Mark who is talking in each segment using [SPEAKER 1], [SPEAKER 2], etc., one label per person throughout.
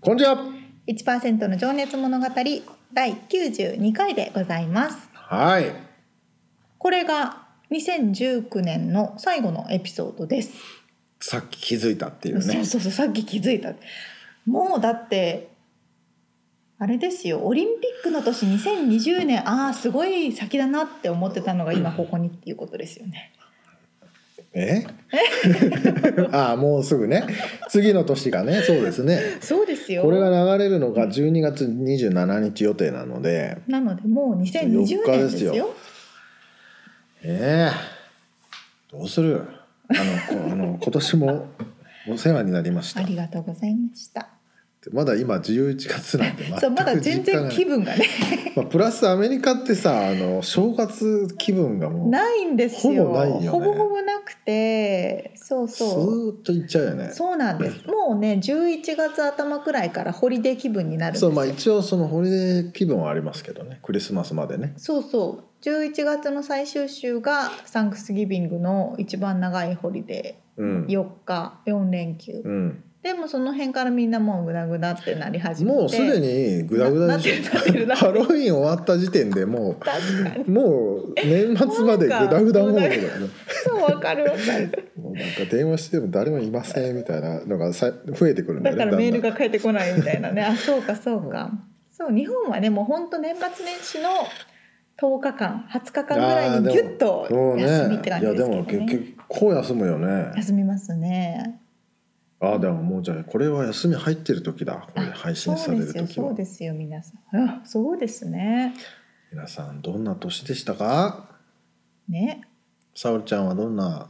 [SPEAKER 1] こんにちは。
[SPEAKER 2] 1%の情熱物語第92回でございます
[SPEAKER 1] はい。
[SPEAKER 2] これが2019年の最後のエピソードです、
[SPEAKER 1] さっき気づいたっていう
[SPEAKER 2] そう
[SPEAKER 1] ね。
[SPEAKER 2] そうそうさっき気づいたもうだってあれですよオリンピックの年2020年ああすごい先だなって思ってたのが今ここにっていうことですよね
[SPEAKER 1] え？ ああもうすぐね。次の年がね、そうですね。
[SPEAKER 2] そうですよ
[SPEAKER 1] これが流れるのが12月27日予定なので、
[SPEAKER 2] なのでもう2020年ですよ
[SPEAKER 1] 4日ですよええどうする？あのこ あの今年もお世話になりまし
[SPEAKER 2] あ
[SPEAKER 1] た。
[SPEAKER 2] りがとうございました
[SPEAKER 1] まだ今11月なんで全く
[SPEAKER 2] そうまだ全
[SPEAKER 1] 実
[SPEAKER 2] 然
[SPEAKER 1] 感がない
[SPEAKER 2] 気分がね
[SPEAKER 1] まあ、プラスアメリカってさあの正月気分がもう
[SPEAKER 2] ないんですよ
[SPEAKER 1] ほぼないよね
[SPEAKER 2] ほぼほぼなくてそう
[SPEAKER 1] ス
[SPEAKER 2] そう
[SPEAKER 1] ーッといっちゃうよね。
[SPEAKER 2] そうなんですもうね11月頭くらいからホリデー気分になるんです
[SPEAKER 1] そ
[SPEAKER 2] よ
[SPEAKER 1] うまあ一応そのホリデー気分はありますけどねクリスマスまでね
[SPEAKER 2] そうそう11月の最終週がサンクスギビングの一番長いホリデ
[SPEAKER 1] う
[SPEAKER 2] ー
[SPEAKER 1] ん、
[SPEAKER 2] 4日4連休、
[SPEAKER 1] うん、
[SPEAKER 2] でもその辺からみんなもうグダグダってなり始めて
[SPEAKER 1] もうすでにグダグダでし
[SPEAKER 2] ななってる
[SPEAKER 1] ょ
[SPEAKER 2] な
[SPEAKER 1] ハロウィン終わった時点でも
[SPEAKER 2] 確かに
[SPEAKER 1] うもう年末までグダグダモードだよね
[SPEAKER 2] そうわかるわかる
[SPEAKER 1] もうなんか電話しても誰もいませんみたいなのがさ増えてくるんだ
[SPEAKER 2] だ
[SPEAKER 1] よ
[SPEAKER 2] か
[SPEAKER 1] ね
[SPEAKER 2] らメール
[SPEAKER 1] だんだん
[SPEAKER 2] が返ってこないみたいなねあそうかそうかそう日本はねもうほんと年末年始の10日間20日間ぐらいにギュッと
[SPEAKER 1] そうね
[SPEAKER 2] 休みって感
[SPEAKER 1] い
[SPEAKER 2] じ
[SPEAKER 1] や
[SPEAKER 2] です
[SPEAKER 1] で
[SPEAKER 2] けど
[SPEAKER 1] も
[SPEAKER 2] ね
[SPEAKER 1] 結結構休むよね
[SPEAKER 2] 休みますね
[SPEAKER 1] ああでももうじゃあこれは休み入ってる時だこれ配
[SPEAKER 2] そ
[SPEAKER 1] 信さ
[SPEAKER 2] う
[SPEAKER 1] れ
[SPEAKER 2] で
[SPEAKER 1] る
[SPEAKER 2] すよ
[SPEAKER 1] 時
[SPEAKER 2] そ
[SPEAKER 1] は
[SPEAKER 2] うですよ皆さんあそうですね
[SPEAKER 1] 皆さんどんな年でしたか
[SPEAKER 2] ね
[SPEAKER 1] 沙織ちゃんはどんな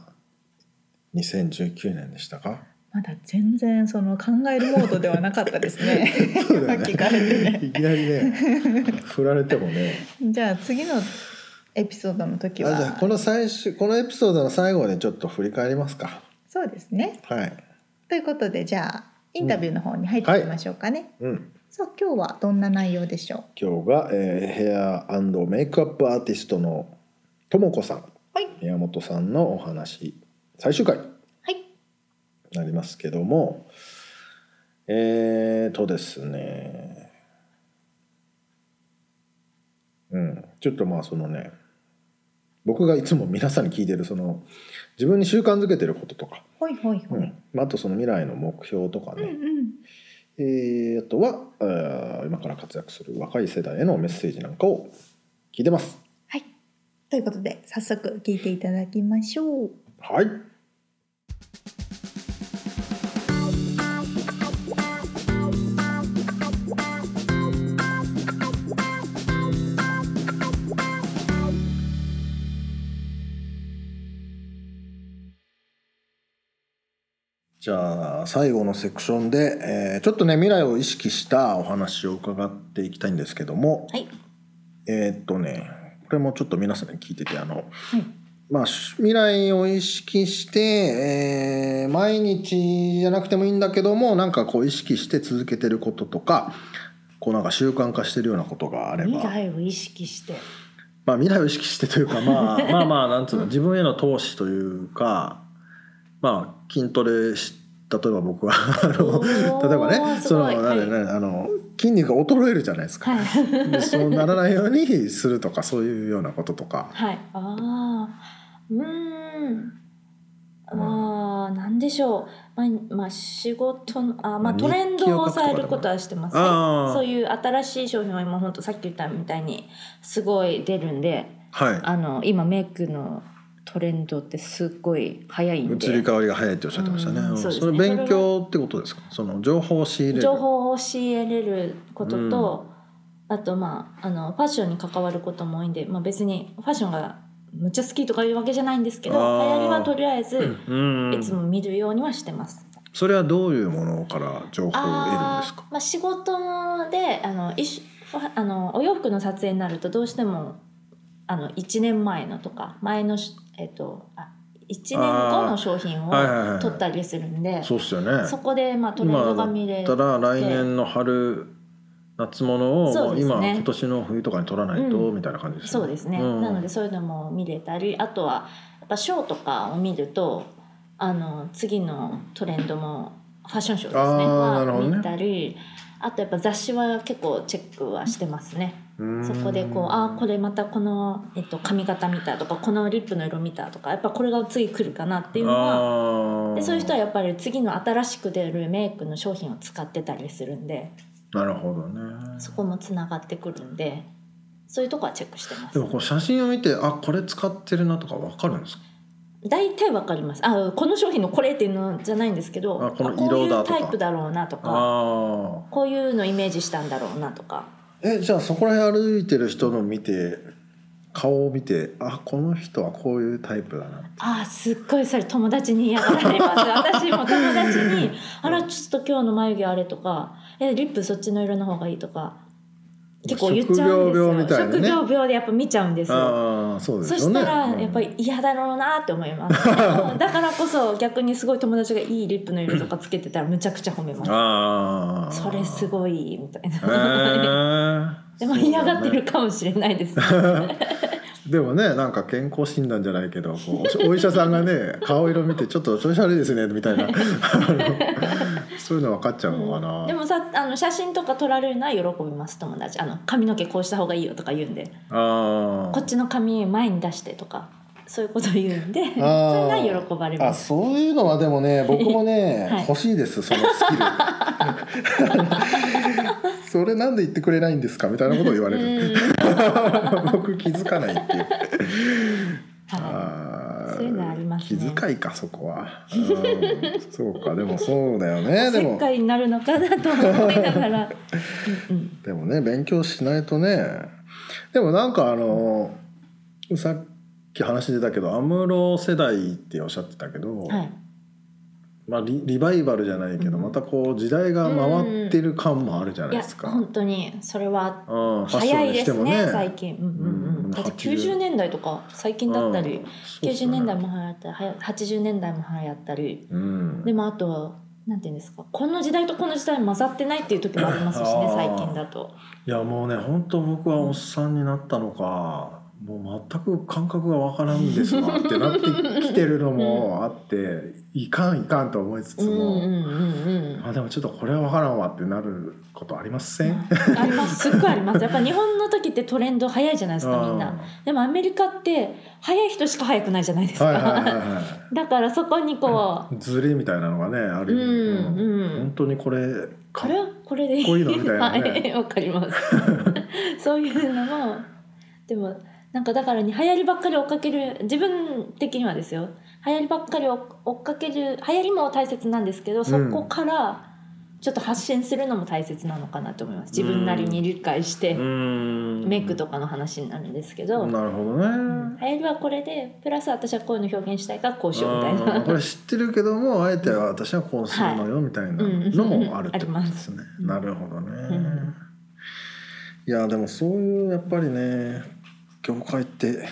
[SPEAKER 1] 2019年でし たか
[SPEAKER 2] まだ全然その考えるモードではなかったですね
[SPEAKER 1] そうだよね
[SPEAKER 2] 聞かれてね
[SPEAKER 1] いきなりね振られてもね
[SPEAKER 2] じゃあ次のエピソードの時
[SPEAKER 1] あじゃあ
[SPEAKER 2] は
[SPEAKER 1] この最終このエピソードの最後でちょっと振り返りますか
[SPEAKER 2] そうですね
[SPEAKER 1] はい、
[SPEAKER 2] ということでじゃあインタビューの方に入っていきましょうかね、
[SPEAKER 1] うん、
[SPEAKER 2] さあ今日はどんな内容でしょう
[SPEAKER 1] 今日が、えーヘアメイクアップアーティストのともこさん
[SPEAKER 2] はい
[SPEAKER 1] 宮本さんのお話最終回に
[SPEAKER 2] はい
[SPEAKER 1] なりますけどもえーとですねうんちょっとまあそのね僕がいつも皆さんに聞いてるその自分に習慣づけてることとか
[SPEAKER 2] ほいほいほい、
[SPEAKER 1] うんまあ、あとその未来の目標とか
[SPEAKER 2] うん、うん
[SPEAKER 1] ね、えーあとはあー今から活躍する若い世代へのメッセージなんかを聞いてます
[SPEAKER 2] はいということで早速聞いていただきましょう
[SPEAKER 1] はいじゃあ最後のセクションで、えーちょっとね未来を意識したお話を伺っていきたいんですけども
[SPEAKER 2] はい
[SPEAKER 1] えーっとねこれもちょっと皆さんに聞いててあの
[SPEAKER 2] はい
[SPEAKER 1] まあ、し未来を意識して、えー毎日じゃなくてもいいんだけどもなんかこう意識して続けてることとかこうなんか習慣化してるようなことがあれば
[SPEAKER 3] 未来を意識して
[SPEAKER 1] まあ、未来を意識してというか、ま あ、まあまあなんつうの自分への投資というか、まあ、筋トレし例えば僕はあの
[SPEAKER 3] おー
[SPEAKER 1] 例えばね
[SPEAKER 3] す
[SPEAKER 1] そ
[SPEAKER 3] ごい
[SPEAKER 1] のなんでね、あの筋肉が衰えるじゃないですか、
[SPEAKER 3] はい
[SPEAKER 1] でそうならないようにするとかそういうようなことと か。
[SPEAKER 3] はいああうーんあーなんでしょうまあ、まあ、仕事のあ、まあ、
[SPEAKER 1] 日記
[SPEAKER 3] トレンドを
[SPEAKER 1] を書くとか
[SPEAKER 3] 抑えることはしてます、
[SPEAKER 1] あー
[SPEAKER 3] そういう新しい商品は今本当さっき言ったみたいにすごい出るんで
[SPEAKER 1] は
[SPEAKER 2] あの今メイクのトレンドってすっごい早い
[SPEAKER 1] い
[SPEAKER 2] ん
[SPEAKER 1] 移
[SPEAKER 2] で
[SPEAKER 1] り変わりが早いっておっしゃってましたね,、
[SPEAKER 2] うんそうですね
[SPEAKER 1] それ勉強ってことですかその情報を仕入れる
[SPEAKER 2] 情報を仕入れることと、あとまああのファッションに関わることも多いんで、まあ、別にファッションがむっちゃ好きとかいうわけじゃないんですけど流
[SPEAKER 1] あー
[SPEAKER 2] 行りはとりあえず
[SPEAKER 1] うん
[SPEAKER 2] いつも見るようにはしてます。
[SPEAKER 1] それはどういうものから情報を得るん
[SPEAKER 2] あ
[SPEAKER 1] です
[SPEAKER 2] ー
[SPEAKER 1] か
[SPEAKER 2] まあ、仕事であの一緒ファあのお洋服の撮影になるとどうしてもあの1年前のとか前のし、えっと、あ1年後の商品
[SPEAKER 1] はいはいはいは
[SPEAKER 2] を
[SPEAKER 1] い
[SPEAKER 2] 撮ったりするんで、
[SPEAKER 1] そうっすよね
[SPEAKER 2] そこで、まあ、トレン
[SPEAKER 1] 今
[SPEAKER 2] ドが
[SPEAKER 1] だ
[SPEAKER 2] 見れ
[SPEAKER 1] った
[SPEAKER 2] る
[SPEAKER 1] ら来年の春夏物を
[SPEAKER 2] そうですね
[SPEAKER 1] 今今年の冬とかに取らないと、
[SPEAKER 2] う
[SPEAKER 1] みたいな感じですね
[SPEAKER 2] そうですね、
[SPEAKER 1] うん
[SPEAKER 2] なのでそういうのも見れたりあとはやっぱショーとかを見るとあの次のトレンドもファッションショーですね
[SPEAKER 1] あー
[SPEAKER 2] は
[SPEAKER 1] なるほどね
[SPEAKER 2] 見たりあとやっぱ雑誌は結構チェックはしてますね。
[SPEAKER 1] うん
[SPEAKER 2] そこでこうあーこれまたこの、えっと、髪型見たとかこのリップの色見たとかやっぱこれが次来るかなっていうのは
[SPEAKER 1] あー
[SPEAKER 2] でそういう人はやっぱり次の新しく出るメイクの商品を使ってたりするんで
[SPEAKER 1] なるほどね
[SPEAKER 2] そこもつながってくるんでそういうとこはチェックしてま
[SPEAKER 1] ですもこう写真を見てあこれ使ってるなとかわかるんですか
[SPEAKER 2] 大体わかりますあこの商品のこれっていうのじゃないんですけど
[SPEAKER 1] あこの
[SPEAKER 2] あこうい
[SPEAKER 1] 色だ
[SPEAKER 2] う
[SPEAKER 1] とか
[SPEAKER 2] タイプだろうなとか
[SPEAKER 1] あ
[SPEAKER 2] こういうのイメージしたんだろうなとか
[SPEAKER 1] ーえじゃあそこら辺歩いてる人の見て顔を見てあこの人はこういうタイプだな
[SPEAKER 2] あーすっごいそれ友達に嫌がら れます私も友達に「あらちょっと今日の眉毛あれ」とか「えリップそっちの色の方がいい」とか結構言っちゃうんですよ
[SPEAKER 1] 職業病みたいなね
[SPEAKER 2] 職業病でやっぱ見ちゃうんですよ
[SPEAKER 1] ああそうです
[SPEAKER 2] そ
[SPEAKER 1] よね
[SPEAKER 2] したら
[SPEAKER 1] うん
[SPEAKER 2] やっぱり嫌だろうなって思い ますでもだからこそ逆にすごい友達がいいリップの色とかつけてたらむちゃくちゃ褒めま
[SPEAKER 1] ああ
[SPEAKER 2] すそれすごいいいみたい
[SPEAKER 1] へ
[SPEAKER 2] な
[SPEAKER 1] ー
[SPEAKER 2] でも嫌がって
[SPEAKER 1] そうだね
[SPEAKER 2] るかもしれないですね
[SPEAKER 1] でもねなんか健康診断じゃないけどこうおお医者さんがね顔色見てちょっと調子悪いですねみたいなあ のそういうの分かっち ゃうのかな、
[SPEAKER 2] でもさあの写真とか撮られるのは喜びます友達あの髪の毛こうした方がいいよとか言うんで
[SPEAKER 1] あ
[SPEAKER 2] こっちの髪前に出してとかそういうこと言うんでそれ
[SPEAKER 1] あ
[SPEAKER 2] が喜ばれ
[SPEAKER 1] あ
[SPEAKER 2] ます
[SPEAKER 1] そういうのはで もね僕もね、
[SPEAKER 2] はい
[SPEAKER 1] 欲しいですそのスキル それなんで言ってくれないんですかみたいなことを言われる 僕気づかないっていう
[SPEAKER 2] は
[SPEAKER 1] あー
[SPEAKER 2] そういうのありますね
[SPEAKER 1] 気遣いかそこは、 うんそうかでもそうだよね
[SPEAKER 2] い、
[SPEAKER 1] で
[SPEAKER 2] 世
[SPEAKER 1] も
[SPEAKER 2] 界になるのかなと思いなが らうんうん
[SPEAKER 1] でもね勉強しないとねでもなんかあのさっき話出たけど安室世代っておっしゃってたけど、
[SPEAKER 2] はい
[SPEAKER 1] まあ、リリバイバルじゃないけど、
[SPEAKER 2] うん
[SPEAKER 1] またこう時代が回ってる感もあるじゃない
[SPEAKER 2] いや
[SPEAKER 1] ですか。うん
[SPEAKER 2] 本当にそれは
[SPEAKER 1] ファッショ
[SPEAKER 2] 早
[SPEAKER 1] ン
[SPEAKER 2] い
[SPEAKER 1] に
[SPEAKER 2] で
[SPEAKER 1] して
[SPEAKER 2] す
[SPEAKER 1] も
[SPEAKER 2] ね
[SPEAKER 1] ね
[SPEAKER 2] 最近、うんうん
[SPEAKER 1] う
[SPEAKER 2] うんん、だって
[SPEAKER 1] 80
[SPEAKER 2] 90年代とか最近だったり、90年代、も流行ったりはや80年代も流行ったり
[SPEAKER 1] うんそうっすよねうん、
[SPEAKER 2] でもあとはなんていうんですかこの時代とこの時代混ざってないっていう時もありますしね
[SPEAKER 1] あー
[SPEAKER 2] 最近だと
[SPEAKER 1] いやもうね本当僕はおっさんになったのか、もう全く感覚がわからんですわってなってきてるの もあって、いかんいかんと思いつ
[SPEAKER 2] う
[SPEAKER 1] つ
[SPEAKER 2] んうん
[SPEAKER 1] も、
[SPEAKER 2] うんうん
[SPEAKER 1] あでもちょっとこれはわからんわってなることありません、
[SPEAKER 2] ありますすっごいありますやっぱ日本の時ってトレンド早いじゃないですかみんなでもアメリカって早い人しか早くないじゃないです
[SPEAKER 1] あー
[SPEAKER 2] か、
[SPEAKER 1] はいはいはいは
[SPEAKER 2] だからそこにこ
[SPEAKER 1] いずれみたいなのがねあ
[SPEAKER 2] うう
[SPEAKER 1] る
[SPEAKER 2] ん
[SPEAKER 1] よね
[SPEAKER 2] うん、
[SPEAKER 1] 本当にこれ
[SPEAKER 2] こ
[SPEAKER 1] か
[SPEAKER 2] れはこれでいい
[SPEAKER 1] かっこいいのみたいなね
[SPEAKER 2] はいわかります そういうのもでもなんかだからに流行りばっかり追っかける自分的にはですよ流行りばっかり追追っかける流行りも大切なんですけどそこからちょっと発信するのも大切なのかなと思います自分なりに理解して、
[SPEAKER 1] うん
[SPEAKER 2] メイクとかの話になるんですけど、
[SPEAKER 1] なるほどね、
[SPEAKER 2] 流行りはこれでプラス私はこういうの表現したいからこうしようみたい
[SPEAKER 1] あーこ
[SPEAKER 2] な
[SPEAKER 1] れ知ってるけどもあえて私はこうするのよみたいなのもあるってことですね。
[SPEAKER 2] うん
[SPEAKER 1] なるほどね。
[SPEAKER 2] ん
[SPEAKER 1] いやでもそういうやっぱりね業界って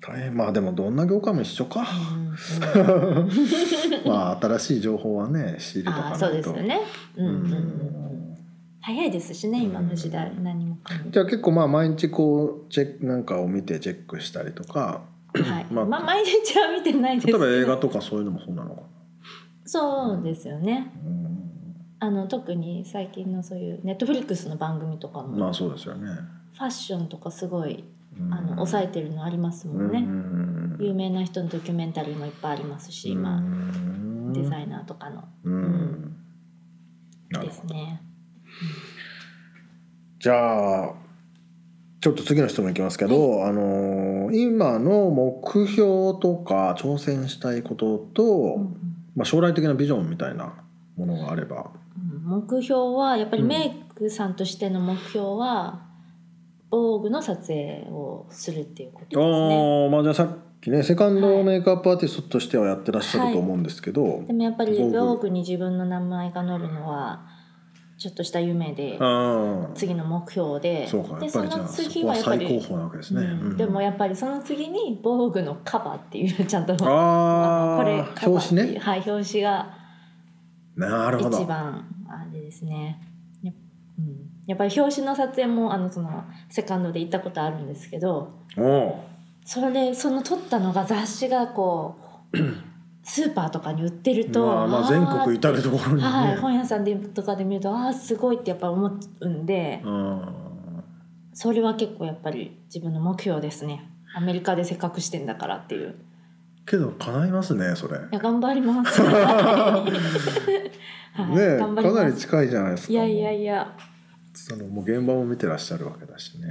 [SPEAKER 1] 大変まあでもどんな業界も一緒 か。まあ新しい情報はね仕入れと
[SPEAKER 2] あ
[SPEAKER 1] か
[SPEAKER 2] あ
[SPEAKER 1] ないと。
[SPEAKER 2] そうですよね、うん
[SPEAKER 1] う
[SPEAKER 2] うん
[SPEAKER 1] ん。
[SPEAKER 2] うん、早いですしね今の時代、何もかも
[SPEAKER 1] じゃあ結構まあ毎日こうチェックなんかを見てチェックしたりとか
[SPEAKER 2] はい、
[SPEAKER 1] ま
[SPEAKER 2] ま
[SPEAKER 1] あ
[SPEAKER 2] あ、毎日は見てないです
[SPEAKER 1] 例
[SPEAKER 2] け
[SPEAKER 1] えば
[SPEAKER 2] ど
[SPEAKER 1] 映画とかそういうのもそうなのかな。
[SPEAKER 2] そうですよね
[SPEAKER 1] うん
[SPEAKER 2] あの特に最近のそういうネットフリックスの番組とかも、
[SPEAKER 1] まあそうですよね。
[SPEAKER 2] ファッションとかすごい
[SPEAKER 1] うん
[SPEAKER 2] あの抑えてるのありますもんね、
[SPEAKER 1] うん
[SPEAKER 2] 有名な人のドキュメンタリーもいっぱいありますし
[SPEAKER 1] う
[SPEAKER 2] 今、
[SPEAKER 1] ん
[SPEAKER 2] デザイナーとかの
[SPEAKER 1] うんなる
[SPEAKER 2] で
[SPEAKER 1] ほ
[SPEAKER 2] す
[SPEAKER 1] ど
[SPEAKER 2] ね
[SPEAKER 1] じゃあちょっと次の質問いきますけど、あのー今の目標とか挑戦したいことと、
[SPEAKER 2] うん
[SPEAKER 1] まあ、将来的なビジョンみたいなものがあれば、
[SPEAKER 2] 目標はやっぱり
[SPEAKER 1] うん
[SPEAKER 2] メイクさんとしての目標は、防具の撮影をするっていうことですね。
[SPEAKER 1] ああまあじゃあさっきねセカンドメイクアップアーティストとしてはやってらっしゃると思うんですけど、
[SPEAKER 2] でもやっぱり
[SPEAKER 1] 防具
[SPEAKER 2] 防具に自分の名前が載るのはちょっとした夢で
[SPEAKER 1] ああ
[SPEAKER 2] 次の目標で
[SPEAKER 1] そうかや
[SPEAKER 2] で
[SPEAKER 1] っぱ
[SPEAKER 2] そ
[SPEAKER 1] りじゃ
[SPEAKER 2] の
[SPEAKER 1] あそ
[SPEAKER 2] 次
[SPEAKER 1] こ
[SPEAKER 2] は
[SPEAKER 1] は
[SPEAKER 2] やっぱり
[SPEAKER 1] 最高峰なわけですね、
[SPEAKER 2] うん
[SPEAKER 1] うん
[SPEAKER 2] でもやっぱりその次に防具のカバーっていうちゃんと
[SPEAKER 1] ああ
[SPEAKER 2] これカバー
[SPEAKER 1] 表
[SPEAKER 2] っていう
[SPEAKER 1] 紙ね
[SPEAKER 2] はい表紙が
[SPEAKER 1] なるほど
[SPEAKER 2] 一番あれですねや,、うん、やっぱり表紙の撮影もあのそのセカンドで行ったことあるんですけど
[SPEAKER 1] お
[SPEAKER 2] それその撮ったのが雑誌がこ うスーパーとかに売ってる
[SPEAKER 1] う
[SPEAKER 2] と、
[SPEAKER 1] まあまあ全国至る所にね、
[SPEAKER 2] はい、本屋さんでとかで見るとああすごいってやっぱ思うんで
[SPEAKER 1] うん
[SPEAKER 2] それは結構やっぱり自分の目標ですねアメリカでせっかくしてんだからっていう
[SPEAKER 1] けど叶いますねそ
[SPEAKER 2] い
[SPEAKER 1] れ、
[SPEAKER 2] や頑張ります、 はい
[SPEAKER 1] ねえ
[SPEAKER 2] 頑張り
[SPEAKER 1] かな
[SPEAKER 2] ま
[SPEAKER 1] り
[SPEAKER 2] す
[SPEAKER 1] 近いじゃないですか
[SPEAKER 2] いやいや
[SPEAKER 1] もう
[SPEAKER 2] いや
[SPEAKER 1] そのもう現場も見てらっしゃるわけだしね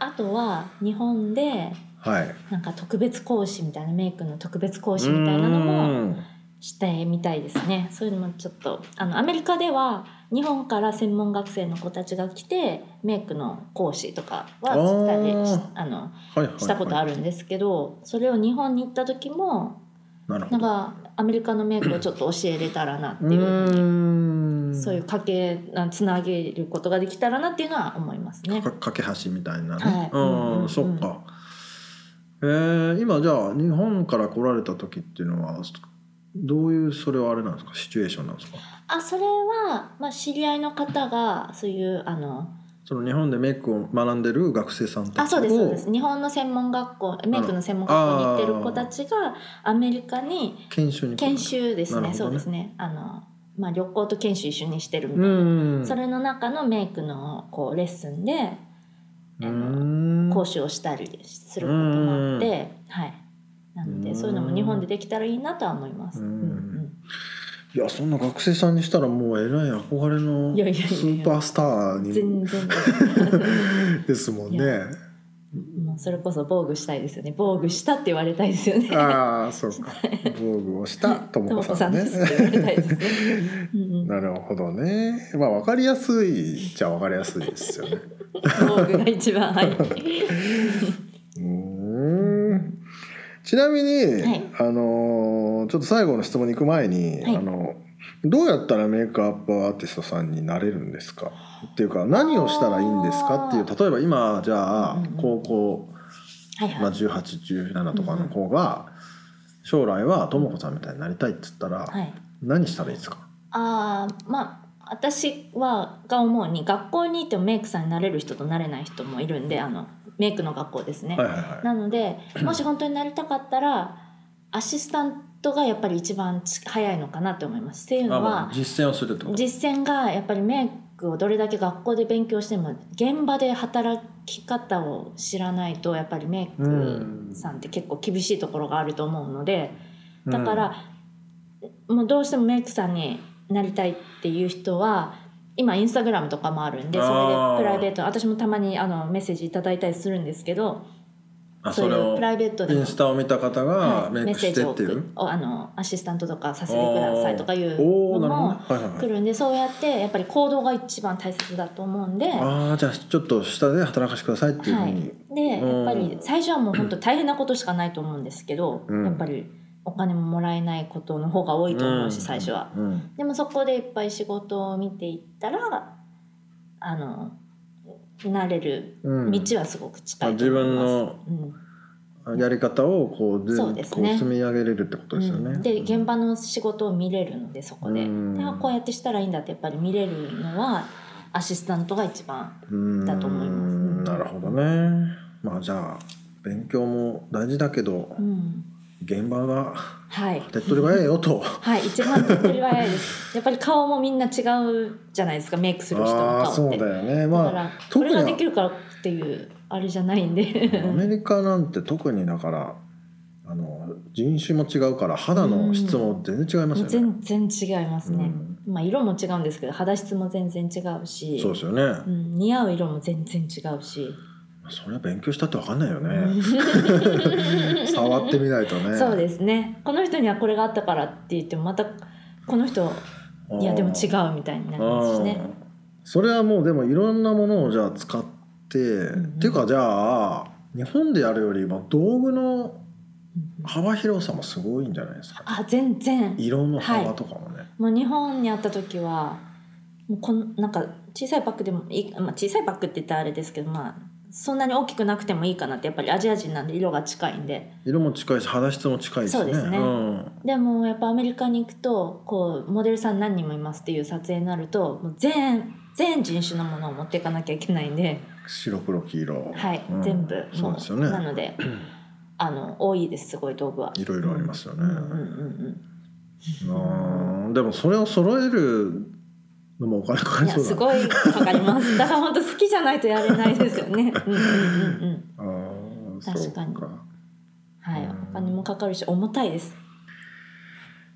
[SPEAKER 2] ああとは日本で
[SPEAKER 1] はい
[SPEAKER 2] なんか特別講師みたいなメイクの特別講師みたいなのも
[SPEAKER 1] うん
[SPEAKER 2] してみたいですねそういうのもちょっとあのアメリカでは日本から専門学生の子たちが来てメイクの講師とかは
[SPEAKER 1] あー
[SPEAKER 2] ツイッターでしあの
[SPEAKER 1] はいはいはい
[SPEAKER 2] したことあるんですけど、それを日本に行った時も
[SPEAKER 1] なる
[SPEAKER 2] な
[SPEAKER 1] ほど
[SPEAKER 2] んかアメリカのメイクをちょっと教えれたらなって
[SPEAKER 1] う
[SPEAKER 2] いう
[SPEAKER 1] ーん
[SPEAKER 2] そういう家計なつなげることができたらなっていうのは思いますね
[SPEAKER 1] か。架け橋みたいなね、
[SPEAKER 2] はいうんうん
[SPEAKER 1] う
[SPEAKER 2] うんん
[SPEAKER 1] そっかえー、今じゃあ日本から来られた時っていうのはどういうそれはあれなんですかシチュエーションなんですか
[SPEAKER 2] あそれは、まあ、知り合いの方がそういうあの
[SPEAKER 1] その日本でメイクを学んでる学生さんたちを
[SPEAKER 2] あそうですそうです日本の専門学校メイクの専門学校に行ってる子たちがアメリカに
[SPEAKER 1] 研修に来る
[SPEAKER 2] 研修ですね
[SPEAKER 1] なるほどね
[SPEAKER 2] そうですねあの、まあ、旅行と研修一緒にしてるみた
[SPEAKER 1] う
[SPEAKER 2] いな、
[SPEAKER 1] ん
[SPEAKER 2] それの中のメイクのこうレッスンであの
[SPEAKER 1] の
[SPEAKER 2] 講習をしたりすることもあって、はい、なの
[SPEAKER 1] う
[SPEAKER 2] で
[SPEAKER 1] ん
[SPEAKER 2] そういうのも日本でできたらいいなとは思います。
[SPEAKER 1] う
[SPEAKER 2] うんん
[SPEAKER 1] いやそんな学生さんにしたらもうえらい憧れ
[SPEAKER 2] う
[SPEAKER 1] の
[SPEAKER 2] ん、い
[SPEAKER 1] ス
[SPEAKER 2] やいやいや
[SPEAKER 1] ーパースターに
[SPEAKER 2] 全然
[SPEAKER 1] ですもん
[SPEAKER 2] い
[SPEAKER 1] ね
[SPEAKER 2] もうそれこそ防具したいですよね防具したって言われたいですよね。
[SPEAKER 1] ああそう か防具をしたともこさんね
[SPEAKER 2] ともこですって言われたいですね。うんうん
[SPEAKER 1] なるほどね。まあ分かりやすいじゃ分かりやすいですよね。
[SPEAKER 2] 防具が一番はい。
[SPEAKER 1] うーんちなみに、
[SPEAKER 2] はい
[SPEAKER 1] あのーちょっと最後の質問に行く前に、
[SPEAKER 2] はい
[SPEAKER 1] あのどうやったらメイクアップアーティストさんになれるんですかっていうか何をしたらいいんですかっていう
[SPEAKER 2] あ
[SPEAKER 1] 例えば今じゃあ
[SPEAKER 2] うんうん
[SPEAKER 1] 高校、
[SPEAKER 2] はい
[SPEAKER 1] ま
[SPEAKER 2] は
[SPEAKER 1] あ、1817とかの子が将来はともこさんみたいになりたいっつったら、
[SPEAKER 2] い。はい。
[SPEAKER 1] 何したらいいですか
[SPEAKER 2] ああまあ私はが思うに学校に行ってもメイクさんになれる人となれない人もいるんであのメイクの学校ですね。
[SPEAKER 1] はいはいは
[SPEAKER 2] なの でもし本当になりたかったらアシスタントがやっぱり一番ち早いのかなって思います。っていう
[SPEAKER 1] い。あ
[SPEAKER 2] の
[SPEAKER 1] ま
[SPEAKER 2] は
[SPEAKER 1] あ実践をするってこと
[SPEAKER 2] 実践がやっぱりメイクをどれだけ学校で勉強しても現場で働き方を知らないとやっぱりメイクさんって結構厳しいところがあると思うのでだから、もうどうしてもメイクさんになりたいっていう人は今インスタグラムとかもあるんでそ
[SPEAKER 1] あー
[SPEAKER 2] れでプライベート私もたまにあのメッセージいただいたりするんですけど
[SPEAKER 1] あ
[SPEAKER 2] そういうプライベートで
[SPEAKER 1] イ
[SPEAKER 2] も
[SPEAKER 1] ンスタを見た方が
[SPEAKER 2] はい
[SPEAKER 1] メイクしてってい
[SPEAKER 2] メッセージ
[SPEAKER 1] う
[SPEAKER 2] を。送あのアシスタントとかさせてくださいとかいう
[SPEAKER 1] おおー
[SPEAKER 2] の
[SPEAKER 1] なる
[SPEAKER 2] も
[SPEAKER 1] ほどね。はいはい
[SPEAKER 2] 来
[SPEAKER 1] はい。
[SPEAKER 2] るんでそうやってやっぱり行動が一番大切だと思うんで。は
[SPEAKER 1] ああじゃあちょっと下で働かせてくださいっていうふうに。
[SPEAKER 2] い、で
[SPEAKER 1] うん
[SPEAKER 2] やっぱり最初はもう本当大変なことしかないと思うんですけど、
[SPEAKER 1] うん
[SPEAKER 2] やっぱりお金ももらえないことの方が多いと思うし、
[SPEAKER 1] うん
[SPEAKER 2] 最初は。
[SPEAKER 1] うん。
[SPEAKER 2] でもそこでいっぱい仕事を見ていったらあのなれる
[SPEAKER 1] うん。
[SPEAKER 2] 道はすごく近いと
[SPEAKER 1] まあ
[SPEAKER 2] 思
[SPEAKER 1] 自
[SPEAKER 2] い
[SPEAKER 1] 分
[SPEAKER 2] ます、
[SPEAKER 1] の
[SPEAKER 2] うん
[SPEAKER 1] やり方をこう全
[SPEAKER 2] そう
[SPEAKER 1] 部
[SPEAKER 2] です
[SPEAKER 1] こう
[SPEAKER 2] ね
[SPEAKER 1] 積み上げれるってことですよね。
[SPEAKER 2] うんで現場の仕事を見れるのでそこで,、
[SPEAKER 1] うん
[SPEAKER 2] であこうやってしたらいいんだってやっぱり見れるのはアシスタントが一番
[SPEAKER 1] うん
[SPEAKER 2] だと思います
[SPEAKER 1] うんなるほどね。まあじゃあ勉強も大事だけど
[SPEAKER 2] うん
[SPEAKER 1] 現場が
[SPEAKER 2] はい
[SPEAKER 1] 手っ取り早いよ と。
[SPEAKER 2] はい一番手っ取り早いです やっぱり顔もみんな違うじゃないですかメイクする人の
[SPEAKER 1] ああー
[SPEAKER 2] 顔
[SPEAKER 1] そ
[SPEAKER 2] っ
[SPEAKER 1] う
[SPEAKER 2] て
[SPEAKER 1] だよね。
[SPEAKER 2] だか
[SPEAKER 1] まあ
[SPEAKER 2] ら
[SPEAKER 1] 特
[SPEAKER 2] こ
[SPEAKER 1] に
[SPEAKER 2] れができるからっていうあれじゃないんで
[SPEAKER 1] アメリカなんて特にだからあの人種も違うから肌の質も全然違いますよね。
[SPEAKER 2] 全然違いますね、
[SPEAKER 1] うん
[SPEAKER 2] まあ色も違うんですけど肌質も全然違うし
[SPEAKER 1] そうですよね。
[SPEAKER 2] うん、似合う色も全然違うし
[SPEAKER 1] それは勉強したって分かんないよね 触ってみないとね
[SPEAKER 2] そうですねこの人にはこれがあったからって言ってもまたこの人いやでも違
[SPEAKER 1] う
[SPEAKER 2] うみたいになりますしね
[SPEAKER 1] それはもうでもいろんなものをじゃあ使って、
[SPEAKER 2] ん
[SPEAKER 1] っていうかじゃあ日本でやるよりも道具の
[SPEAKER 2] うん
[SPEAKER 1] 幅広さもすごいんじゃないですか
[SPEAKER 2] あ全然
[SPEAKER 1] 色の幅とかもね、
[SPEAKER 2] もう日本にあった時はもうこんなんか小さいバッグでもいい、まあ、小さいバッグって言ったらあれですけどまあそんなに大きくなくてもいいかなってやっぱりアジア人なんで色が近いんで
[SPEAKER 1] 色も近いし肌質も近いしね
[SPEAKER 2] そうですね
[SPEAKER 1] ん
[SPEAKER 2] でもやっぱアメリカに行くとこうモデルさん何人もいますっていう撮影になるともう全全人種のものを持っていかなきゃいけないんで、
[SPEAKER 1] 白黒黄色
[SPEAKER 2] はい
[SPEAKER 1] うん
[SPEAKER 2] 全部
[SPEAKER 1] そうですよね
[SPEAKER 2] なのであの多いですすごい道具は。
[SPEAKER 1] いろいろありますよね、
[SPEAKER 2] うんうんうん
[SPEAKER 1] うんでもそれを揃えるのもお金か
[SPEAKER 2] う
[SPEAKER 1] か
[SPEAKER 2] ん、い
[SPEAKER 1] り
[SPEAKER 2] や
[SPEAKER 1] そう
[SPEAKER 2] す
[SPEAKER 1] だね
[SPEAKER 2] ごいかかり ますだから本当好きじゃないとやれないですよね。うんうんうんうん
[SPEAKER 1] あー
[SPEAKER 2] 確かに
[SPEAKER 1] そう
[SPEAKER 2] は
[SPEAKER 1] う
[SPEAKER 2] い
[SPEAKER 1] ん、
[SPEAKER 2] お金もかかるし重たいです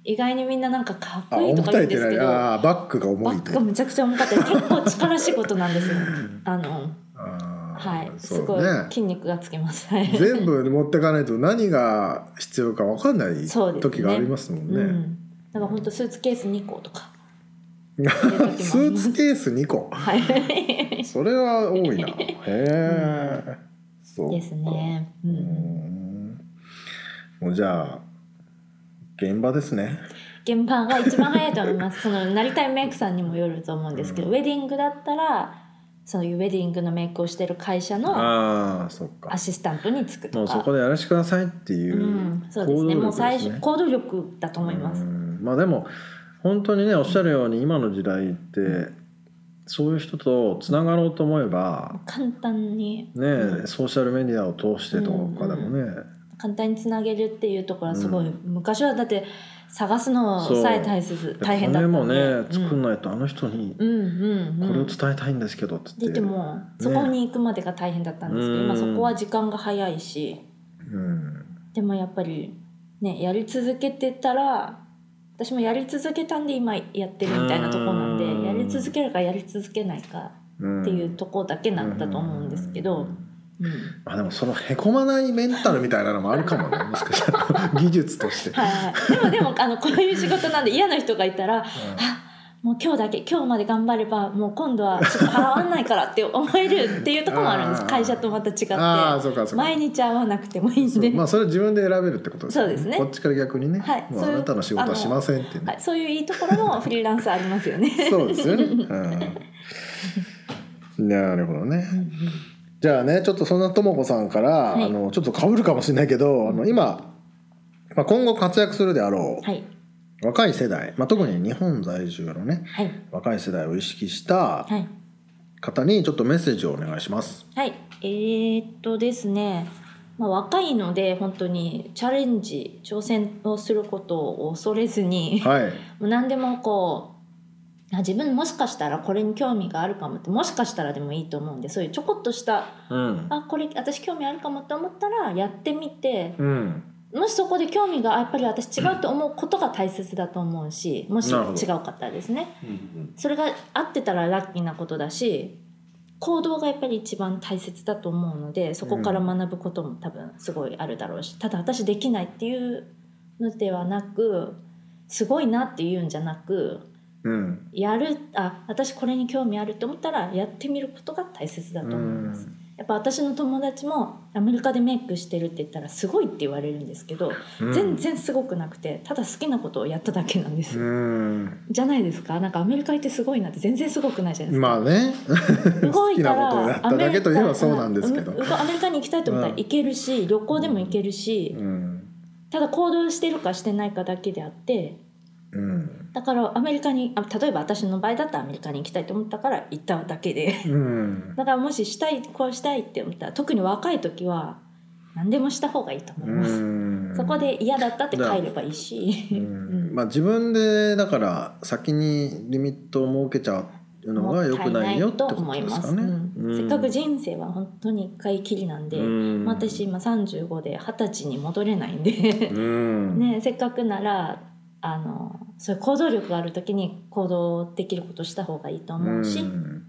[SPEAKER 2] 意外にみんななんかかっ
[SPEAKER 1] あ
[SPEAKER 2] こいいと
[SPEAKER 1] 重
[SPEAKER 2] か
[SPEAKER 1] た
[SPEAKER 2] 言う
[SPEAKER 1] い
[SPEAKER 2] ん
[SPEAKER 1] って
[SPEAKER 2] です
[SPEAKER 1] な
[SPEAKER 2] け
[SPEAKER 1] い
[SPEAKER 2] どバ
[SPEAKER 1] あーバッグが重いっ
[SPEAKER 2] ッ
[SPEAKER 1] て
[SPEAKER 2] グがめちゃくちゃ重かったり結構力仕事なんですよあ の
[SPEAKER 1] あー
[SPEAKER 2] はい、す
[SPEAKER 1] そ
[SPEAKER 2] ご
[SPEAKER 1] う
[SPEAKER 2] い
[SPEAKER 1] ね
[SPEAKER 2] 筋肉がつきますはい
[SPEAKER 1] 全部持ってかないと何が必要か分かんない
[SPEAKER 2] そうですね
[SPEAKER 1] 時がありますもん
[SPEAKER 2] う
[SPEAKER 1] ね。
[SPEAKER 2] ん、だから本当スーツケース2個と か
[SPEAKER 1] スーツケース2 個
[SPEAKER 2] はい
[SPEAKER 1] それは多いな。へえ。そうか
[SPEAKER 2] です。ね、う、
[SPEAKER 1] うんんもうじゃあ現場ですね。
[SPEAKER 2] 現場が一番早いと思いますそのなりたいメイクさんにもよると思うんですけど、
[SPEAKER 1] うん
[SPEAKER 2] ウェディングだったらそういうウェディングのメイクをしてる会社の
[SPEAKER 1] ああそっか
[SPEAKER 2] ア。シスタントにつく
[SPEAKER 1] も
[SPEAKER 2] と
[SPEAKER 1] う
[SPEAKER 2] か、
[SPEAKER 1] そこでやらしてくださいっていううん
[SPEAKER 2] そうですねもう最初
[SPEAKER 1] ね
[SPEAKER 2] 行動力だと思います、
[SPEAKER 1] うんまあでも本当にねおっしゃるように今の時代ってそういう人とつながろうと思えば
[SPEAKER 2] 簡単に
[SPEAKER 1] ね、
[SPEAKER 2] うん
[SPEAKER 1] ソーシャルメディアを通してとかでもね、
[SPEAKER 2] 簡単につなげるっていうところはすごい、
[SPEAKER 1] う
[SPEAKER 2] 昔はだって探すのさえ大切大変だった
[SPEAKER 1] これも
[SPEAKER 2] んで
[SPEAKER 1] ね
[SPEAKER 2] うん
[SPEAKER 1] 作んないとあの人に
[SPEAKER 2] うんうん
[SPEAKER 1] こ
[SPEAKER 2] うん
[SPEAKER 1] れを伝えたいんですけどっつって、
[SPEAKER 2] 出てもそこに行くまでが大変だったんですけど、
[SPEAKER 1] うん
[SPEAKER 2] 今そこは時間が早いし
[SPEAKER 1] うん
[SPEAKER 2] でもやっぱりねやり続けてたら私もやり続けたんで今やってるみたいなところなんで、
[SPEAKER 1] うん
[SPEAKER 2] やり続けるかやり続けないか
[SPEAKER 1] うん
[SPEAKER 2] っていうところだけなんだと思うんですけど、うん、
[SPEAKER 1] まあでもそのへこまないメンタルみたいなのもあるかもね もしかしたら技術として、
[SPEAKER 2] はいはい、でもでもあのこういう仕事なんで嫌な人がいたらあもう今日だけ今日まで頑張ればもう今度はちょっと払わないからって思えるっていうところもあるんで
[SPEAKER 1] あ
[SPEAKER 2] す
[SPEAKER 1] ー
[SPEAKER 2] 会社とまた違
[SPEAKER 1] うんああ
[SPEAKER 2] っ
[SPEAKER 1] そうかそ
[SPEAKER 2] て
[SPEAKER 1] うか
[SPEAKER 2] 毎日会わなくてもいいん
[SPEAKER 1] そ
[SPEAKER 2] で
[SPEAKER 1] うまあそれは自分で選べるってことですよ
[SPEAKER 2] そうですね
[SPEAKER 1] こっちから逆にね、
[SPEAKER 2] はい
[SPEAKER 1] もう
[SPEAKER 2] そ
[SPEAKER 1] あ
[SPEAKER 2] ういう
[SPEAKER 1] なたの仕事はしませんってね、
[SPEAKER 2] はい、そういういいところもフリーランスありますよね。
[SPEAKER 1] そうですよね。うん、なるほどね。じゃあねちょっとそんなともこさんから、
[SPEAKER 2] い
[SPEAKER 1] あのちょっと被るかもしれないけど、あの今、まあ、今後活躍するであろう、
[SPEAKER 2] はい、
[SPEAKER 1] 若い世代、まあ、特に日本在住のね
[SPEAKER 2] はい、
[SPEAKER 1] 若い世代を意識した
[SPEAKER 2] はい、
[SPEAKER 1] 方にちょっとメッセージをお願いします。
[SPEAKER 2] はい、えー、っとですね、まあ、若いので本当にチャレンジ挑戦をすることを恐れずに、
[SPEAKER 1] はい。
[SPEAKER 2] もう何でもこうあ自分もしかしたらこれに興味があるかもってもしかしたらでもいいと思うんでそういうちょこっとした
[SPEAKER 1] うん。
[SPEAKER 2] あこれ私興味あるかもって思ったらやってみて
[SPEAKER 1] うん。
[SPEAKER 2] もしそこで興味があやっぱり私違うと思うことが大切だと思うしもし
[SPEAKER 1] なるほど
[SPEAKER 2] 違うかったらですねそれが合ってたらラッキーなことだし行動がやっぱり一番大切だと思うのでそこから学ぶことも多分すごいあるだろうし、ただ私できないっていうのではなくすごいなっていうんじゃなく
[SPEAKER 1] うん。
[SPEAKER 2] やるあ私これに興味あると思ったらやってみることが大切だと思います。やっぱ私の友達もアメリカでメイクしてるって言ったらすごいって言われるんですけど、
[SPEAKER 1] うん
[SPEAKER 2] 全。然すごくなくてただ好きなことをやっただけなんです、
[SPEAKER 1] うん。
[SPEAKER 2] じゃないですかなんかアメリカ行ってすごいなって全然すごくないじゃないですか、
[SPEAKER 1] まあね。
[SPEAKER 2] 動いたら
[SPEAKER 1] 好きなことをやっただけといえばそうなんですけど
[SPEAKER 2] アメリカうんアメリカに行きたいと思ったら行けるし、旅行でも行けるし、
[SPEAKER 1] うん。
[SPEAKER 2] ただ行動してるかしてないかだけであって
[SPEAKER 1] うん。
[SPEAKER 2] だからアメリカにあ例えば私の場合だったらアメリカに行きたいと思ったから行っただけで
[SPEAKER 1] うん。
[SPEAKER 2] だからもししたいこうしたいって思ったら特に若い時は何でもした方がいいと思いうます、
[SPEAKER 1] ん。
[SPEAKER 2] そこで嫌だったって帰ればいいし、
[SPEAKER 1] う
[SPEAKER 2] うんん
[SPEAKER 1] まあ、自分でだから先にリミットを設けちゃうのが良くないよってことですかね。
[SPEAKER 2] うんせっかく人生は本当に一回きりなんで、
[SPEAKER 1] うん
[SPEAKER 2] まあ私今35で二十歳に戻れないんで
[SPEAKER 1] う、ん
[SPEAKER 2] ね、せっかくならあのそういう行動力がある時に行動できることした方がいいと思うし、
[SPEAKER 1] ん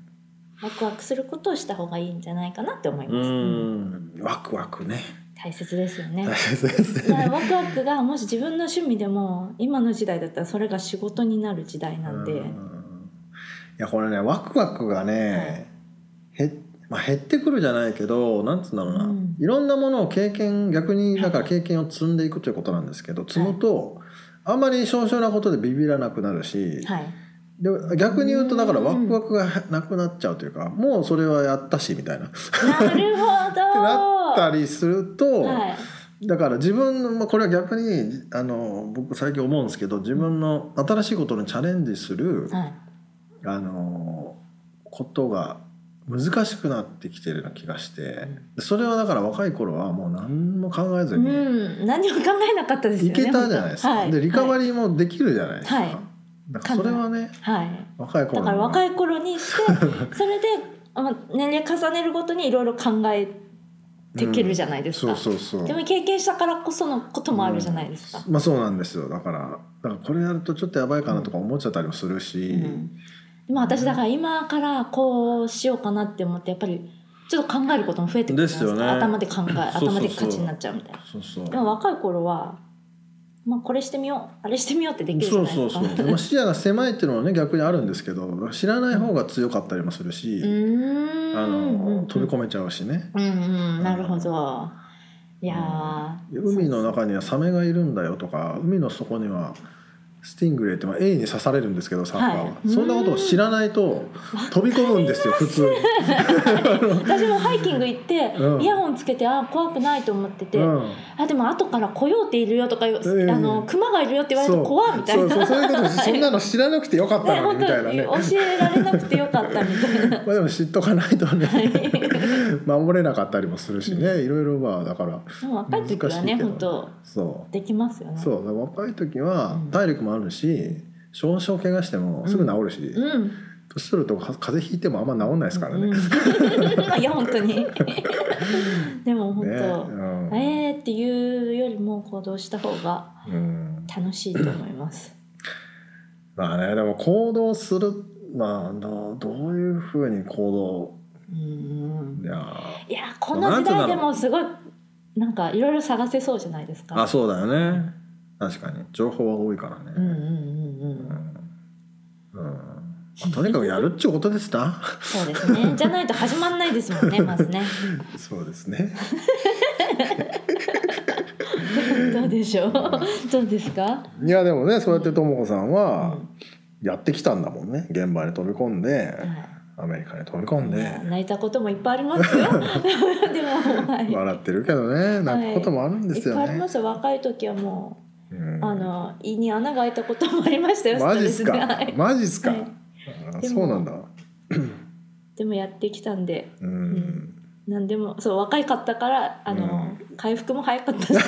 [SPEAKER 2] ワクワクすることをした方がいいんじゃないかなって思います。うん
[SPEAKER 1] んワクワクね
[SPEAKER 2] 大切ですよね。
[SPEAKER 1] 大切です
[SPEAKER 2] だか
[SPEAKER 1] ね
[SPEAKER 2] らワクワクがもし自分の趣味でも今の時代だったらそれが仕事になる時代なんで、
[SPEAKER 1] うんいやこれねワクワクがね、へまあ、減ってくるじゃないけどなんつうんだろうな、
[SPEAKER 2] うん
[SPEAKER 1] いろんなものを経験逆に
[SPEAKER 2] はい
[SPEAKER 1] だから経験を積んでいくということなんですけど積むと、あんまり少々なことでビビらなくなるし、
[SPEAKER 2] はい、
[SPEAKER 1] で逆に言うとだから
[SPEAKER 2] うん
[SPEAKER 1] ワクワクがなくなっちゃうというか、もうそれはやったしみたいなって
[SPEAKER 2] なるほ ど。
[SPEAKER 1] なったりすると、
[SPEAKER 2] はい、
[SPEAKER 1] だから自分のまあこれは逆にあの僕最近思うんですけど自分の新しいことにチャレンジする、
[SPEAKER 2] はい、
[SPEAKER 1] あのことが難しくなってきてるような気がしてそれはだから若い頃はもう何も考えず
[SPEAKER 2] う
[SPEAKER 1] に
[SPEAKER 2] ん、何も考えなかったですよ
[SPEAKER 1] い
[SPEAKER 2] ね。
[SPEAKER 1] けたじゃないですか、
[SPEAKER 2] はい、
[SPEAKER 1] でリカバ
[SPEAKER 2] リ
[SPEAKER 1] リーもできるじゃないですか、
[SPEAKER 2] はい
[SPEAKER 1] だからそれはね
[SPEAKER 2] ー、はい、
[SPEAKER 1] 若い頃
[SPEAKER 2] だ
[SPEAKER 1] の
[SPEAKER 2] から若い頃に して、それで、ま年齢重ねるごとにいろいろ考えてけるじゃないですか。
[SPEAKER 1] うんそうそうそう
[SPEAKER 2] でも経験したからこそのこともあるじゃないですか。
[SPEAKER 1] まあそうなんですよだからだからこれやるとちょっとやばいかなとか思っちゃったりもするし、
[SPEAKER 2] うん、でも私だから今からこうしようかなって思ってやっぱりちょっと考えることも増えてくるじゃないですか
[SPEAKER 1] ですよね
[SPEAKER 2] 頭で考え
[SPEAKER 1] そうそうそう
[SPEAKER 2] 頭で勝ちになっちゃうみたいな
[SPEAKER 1] そうそう
[SPEAKER 2] でも若い頃は、まあ、これしてみようあれしてみようってできるじゃ
[SPEAKER 1] そ
[SPEAKER 2] ないうです
[SPEAKER 1] そ
[SPEAKER 2] か
[SPEAKER 1] うそうでも視野が狭いっていうのはね逆にあるんですけど知らない方が強かったりもするし、
[SPEAKER 2] うーん
[SPEAKER 1] あの飛び
[SPEAKER 2] 込
[SPEAKER 1] 込めちゃうしね、
[SPEAKER 2] うんうんなるほどいやー
[SPEAKER 1] 海の中にはサメがいるんだよとか海の底にはスティングレイって、まあ、A に刺されるんですけどサッカーは、
[SPEAKER 2] はい
[SPEAKER 1] そんなことを知らないと飛び込むんですよ普通に、
[SPEAKER 2] 私もハイキング行って、
[SPEAKER 1] うん
[SPEAKER 2] イヤホンつけてあ怖くないと思ってて、
[SPEAKER 1] うん、
[SPEAKER 2] あでも後からコヨーテいるよとか、
[SPEAKER 1] ええ
[SPEAKER 2] あのクマがいるよって言われ
[SPEAKER 1] そ
[SPEAKER 2] る
[SPEAKER 1] う
[SPEAKER 2] と怖っみたいな
[SPEAKER 1] そうそうそういうことです
[SPEAKER 2] はい
[SPEAKER 1] そんなの知らなくてよかっ た
[SPEAKER 2] ね、
[SPEAKER 1] の
[SPEAKER 2] 本
[SPEAKER 1] に
[SPEAKER 2] 当
[SPEAKER 1] み
[SPEAKER 2] に
[SPEAKER 1] たいなね
[SPEAKER 2] 教えられなくてよかったみたい な。
[SPEAKER 1] まあでも知っとかないとね
[SPEAKER 2] い
[SPEAKER 1] 守れなかったりもするしね、
[SPEAKER 2] う
[SPEAKER 1] いろいろまあだから
[SPEAKER 2] でも若い時は
[SPEAKER 1] 難しい
[SPEAKER 2] ね、
[SPEAKER 1] けど
[SPEAKER 2] 本当
[SPEAKER 1] そ
[SPEAKER 2] できますよ
[SPEAKER 1] う
[SPEAKER 2] ね。
[SPEAKER 1] そうだから若い時は体力もあるし少々怪我してもすぐ治るし、
[SPEAKER 2] うん。
[SPEAKER 1] 年取ると風邪ひいてもあんま治んないですからね。
[SPEAKER 2] うん いや本当に。でも本
[SPEAKER 1] ね
[SPEAKER 2] 当、
[SPEAKER 1] うん
[SPEAKER 2] えーっていうよりも行動した方が
[SPEAKER 1] うん
[SPEAKER 2] 楽しいと思います。
[SPEAKER 1] まあねでも行動するまあどうどういうふうに行
[SPEAKER 2] うん
[SPEAKER 1] 動いや
[SPEAKER 2] いやこの時代でもすごいなんかいろいろ探せそうじゃないですか。
[SPEAKER 1] あそうだよね確かに情報は多いからね、
[SPEAKER 2] うんうんうんうん。
[SPEAKER 1] うんまあとにかくやるっちゅうことですな
[SPEAKER 2] そうですね。じゃないと始まんないですもんね、まずね。
[SPEAKER 1] そうですね
[SPEAKER 2] どうでしょう。どうですか。
[SPEAKER 1] いやでもねそうやってともこさん
[SPEAKER 2] うん
[SPEAKER 1] はやってきたんだもんね現場に飛び込んで
[SPEAKER 2] はい
[SPEAKER 1] アメリカに飛び込んで
[SPEAKER 2] 泣いたこともいっぱいあります よ。でも、はい。いっ
[SPEAKER 1] 笑ってるけどね泣くこともあるんですよ
[SPEAKER 2] ぱいあり
[SPEAKER 1] ね、
[SPEAKER 2] ますよ。若い時はも
[SPEAKER 1] うん
[SPEAKER 2] う、あの、胃に穴が開いたこともありましたよ。
[SPEAKER 1] マジっす
[SPEAKER 2] ストレスでは
[SPEAKER 1] か
[SPEAKER 2] い
[SPEAKER 1] マジっすか、
[SPEAKER 2] はい
[SPEAKER 1] あー
[SPEAKER 2] で
[SPEAKER 1] そ
[SPEAKER 2] も
[SPEAKER 1] うなんだ
[SPEAKER 2] でもやってきたんで、
[SPEAKER 1] うん
[SPEAKER 2] 何でも、そう、若いかったから、あの、回復も早かったし。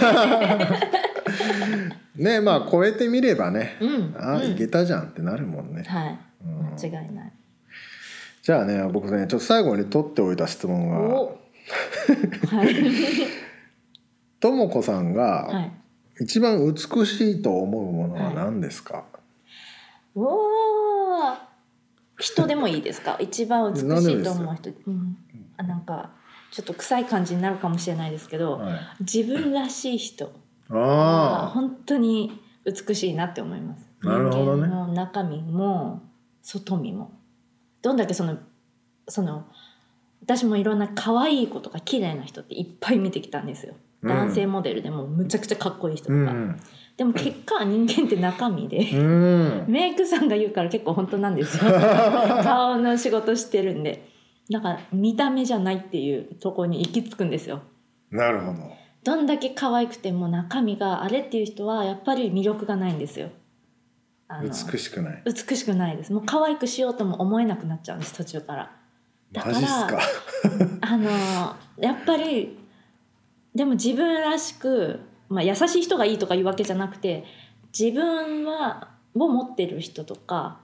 [SPEAKER 1] ねまあ超えてみればね、
[SPEAKER 2] うん。
[SPEAKER 1] あ
[SPEAKER 2] うん
[SPEAKER 1] いけたじゃんってなるもんね、
[SPEAKER 2] はい。
[SPEAKER 1] うん
[SPEAKER 2] 間違いない。
[SPEAKER 1] じゃあね僕ねちょっと最後に取っておいた質問
[SPEAKER 2] お
[SPEAKER 1] が。
[SPEAKER 2] はい。
[SPEAKER 1] ともこさん
[SPEAKER 2] は
[SPEAKER 1] が
[SPEAKER 2] い。
[SPEAKER 1] 一番美しいと思うものは何ですか、
[SPEAKER 2] おー人でもいいですか一番美し
[SPEAKER 1] 何でもい
[SPEAKER 2] い
[SPEAKER 1] いで
[SPEAKER 2] と
[SPEAKER 1] すよ
[SPEAKER 2] 思う人、うん、あなんかちょっと臭い感じになるかもしれないですけど、
[SPEAKER 1] はい、
[SPEAKER 2] 自分らしい人は
[SPEAKER 1] ああ
[SPEAKER 2] 本当に美しいなって思います
[SPEAKER 1] なるほどね
[SPEAKER 2] 人間の中身も外身もどんだけそのその私もいろんな可愛い子とか綺麗な人っていっぱい見てきたんですよ
[SPEAKER 1] うん
[SPEAKER 2] 男性モデルでもむちゃくちゃかっこいい人と
[SPEAKER 1] う
[SPEAKER 2] か、
[SPEAKER 1] ん
[SPEAKER 2] でも結果人間って中身で
[SPEAKER 1] うん
[SPEAKER 2] メイクさんが言うから結構本当なんですよ顔の仕事してるんでだから見た目じゃないっていうところに行き着くんですよ
[SPEAKER 1] なるほど
[SPEAKER 2] どんだけ可愛くても中身があれっていう人はやっぱり魅力がないんですよあの
[SPEAKER 1] 美しくない
[SPEAKER 2] 美しくないですもう可愛くしようとも思えなくなっちゃうんです途中からだか
[SPEAKER 1] マ
[SPEAKER 2] ら
[SPEAKER 1] ジっすか
[SPEAKER 2] あのやっぱりでも自分らしく、まあ、優しい人がいいとかいうわけじゃなくて自分はを持ってる人とか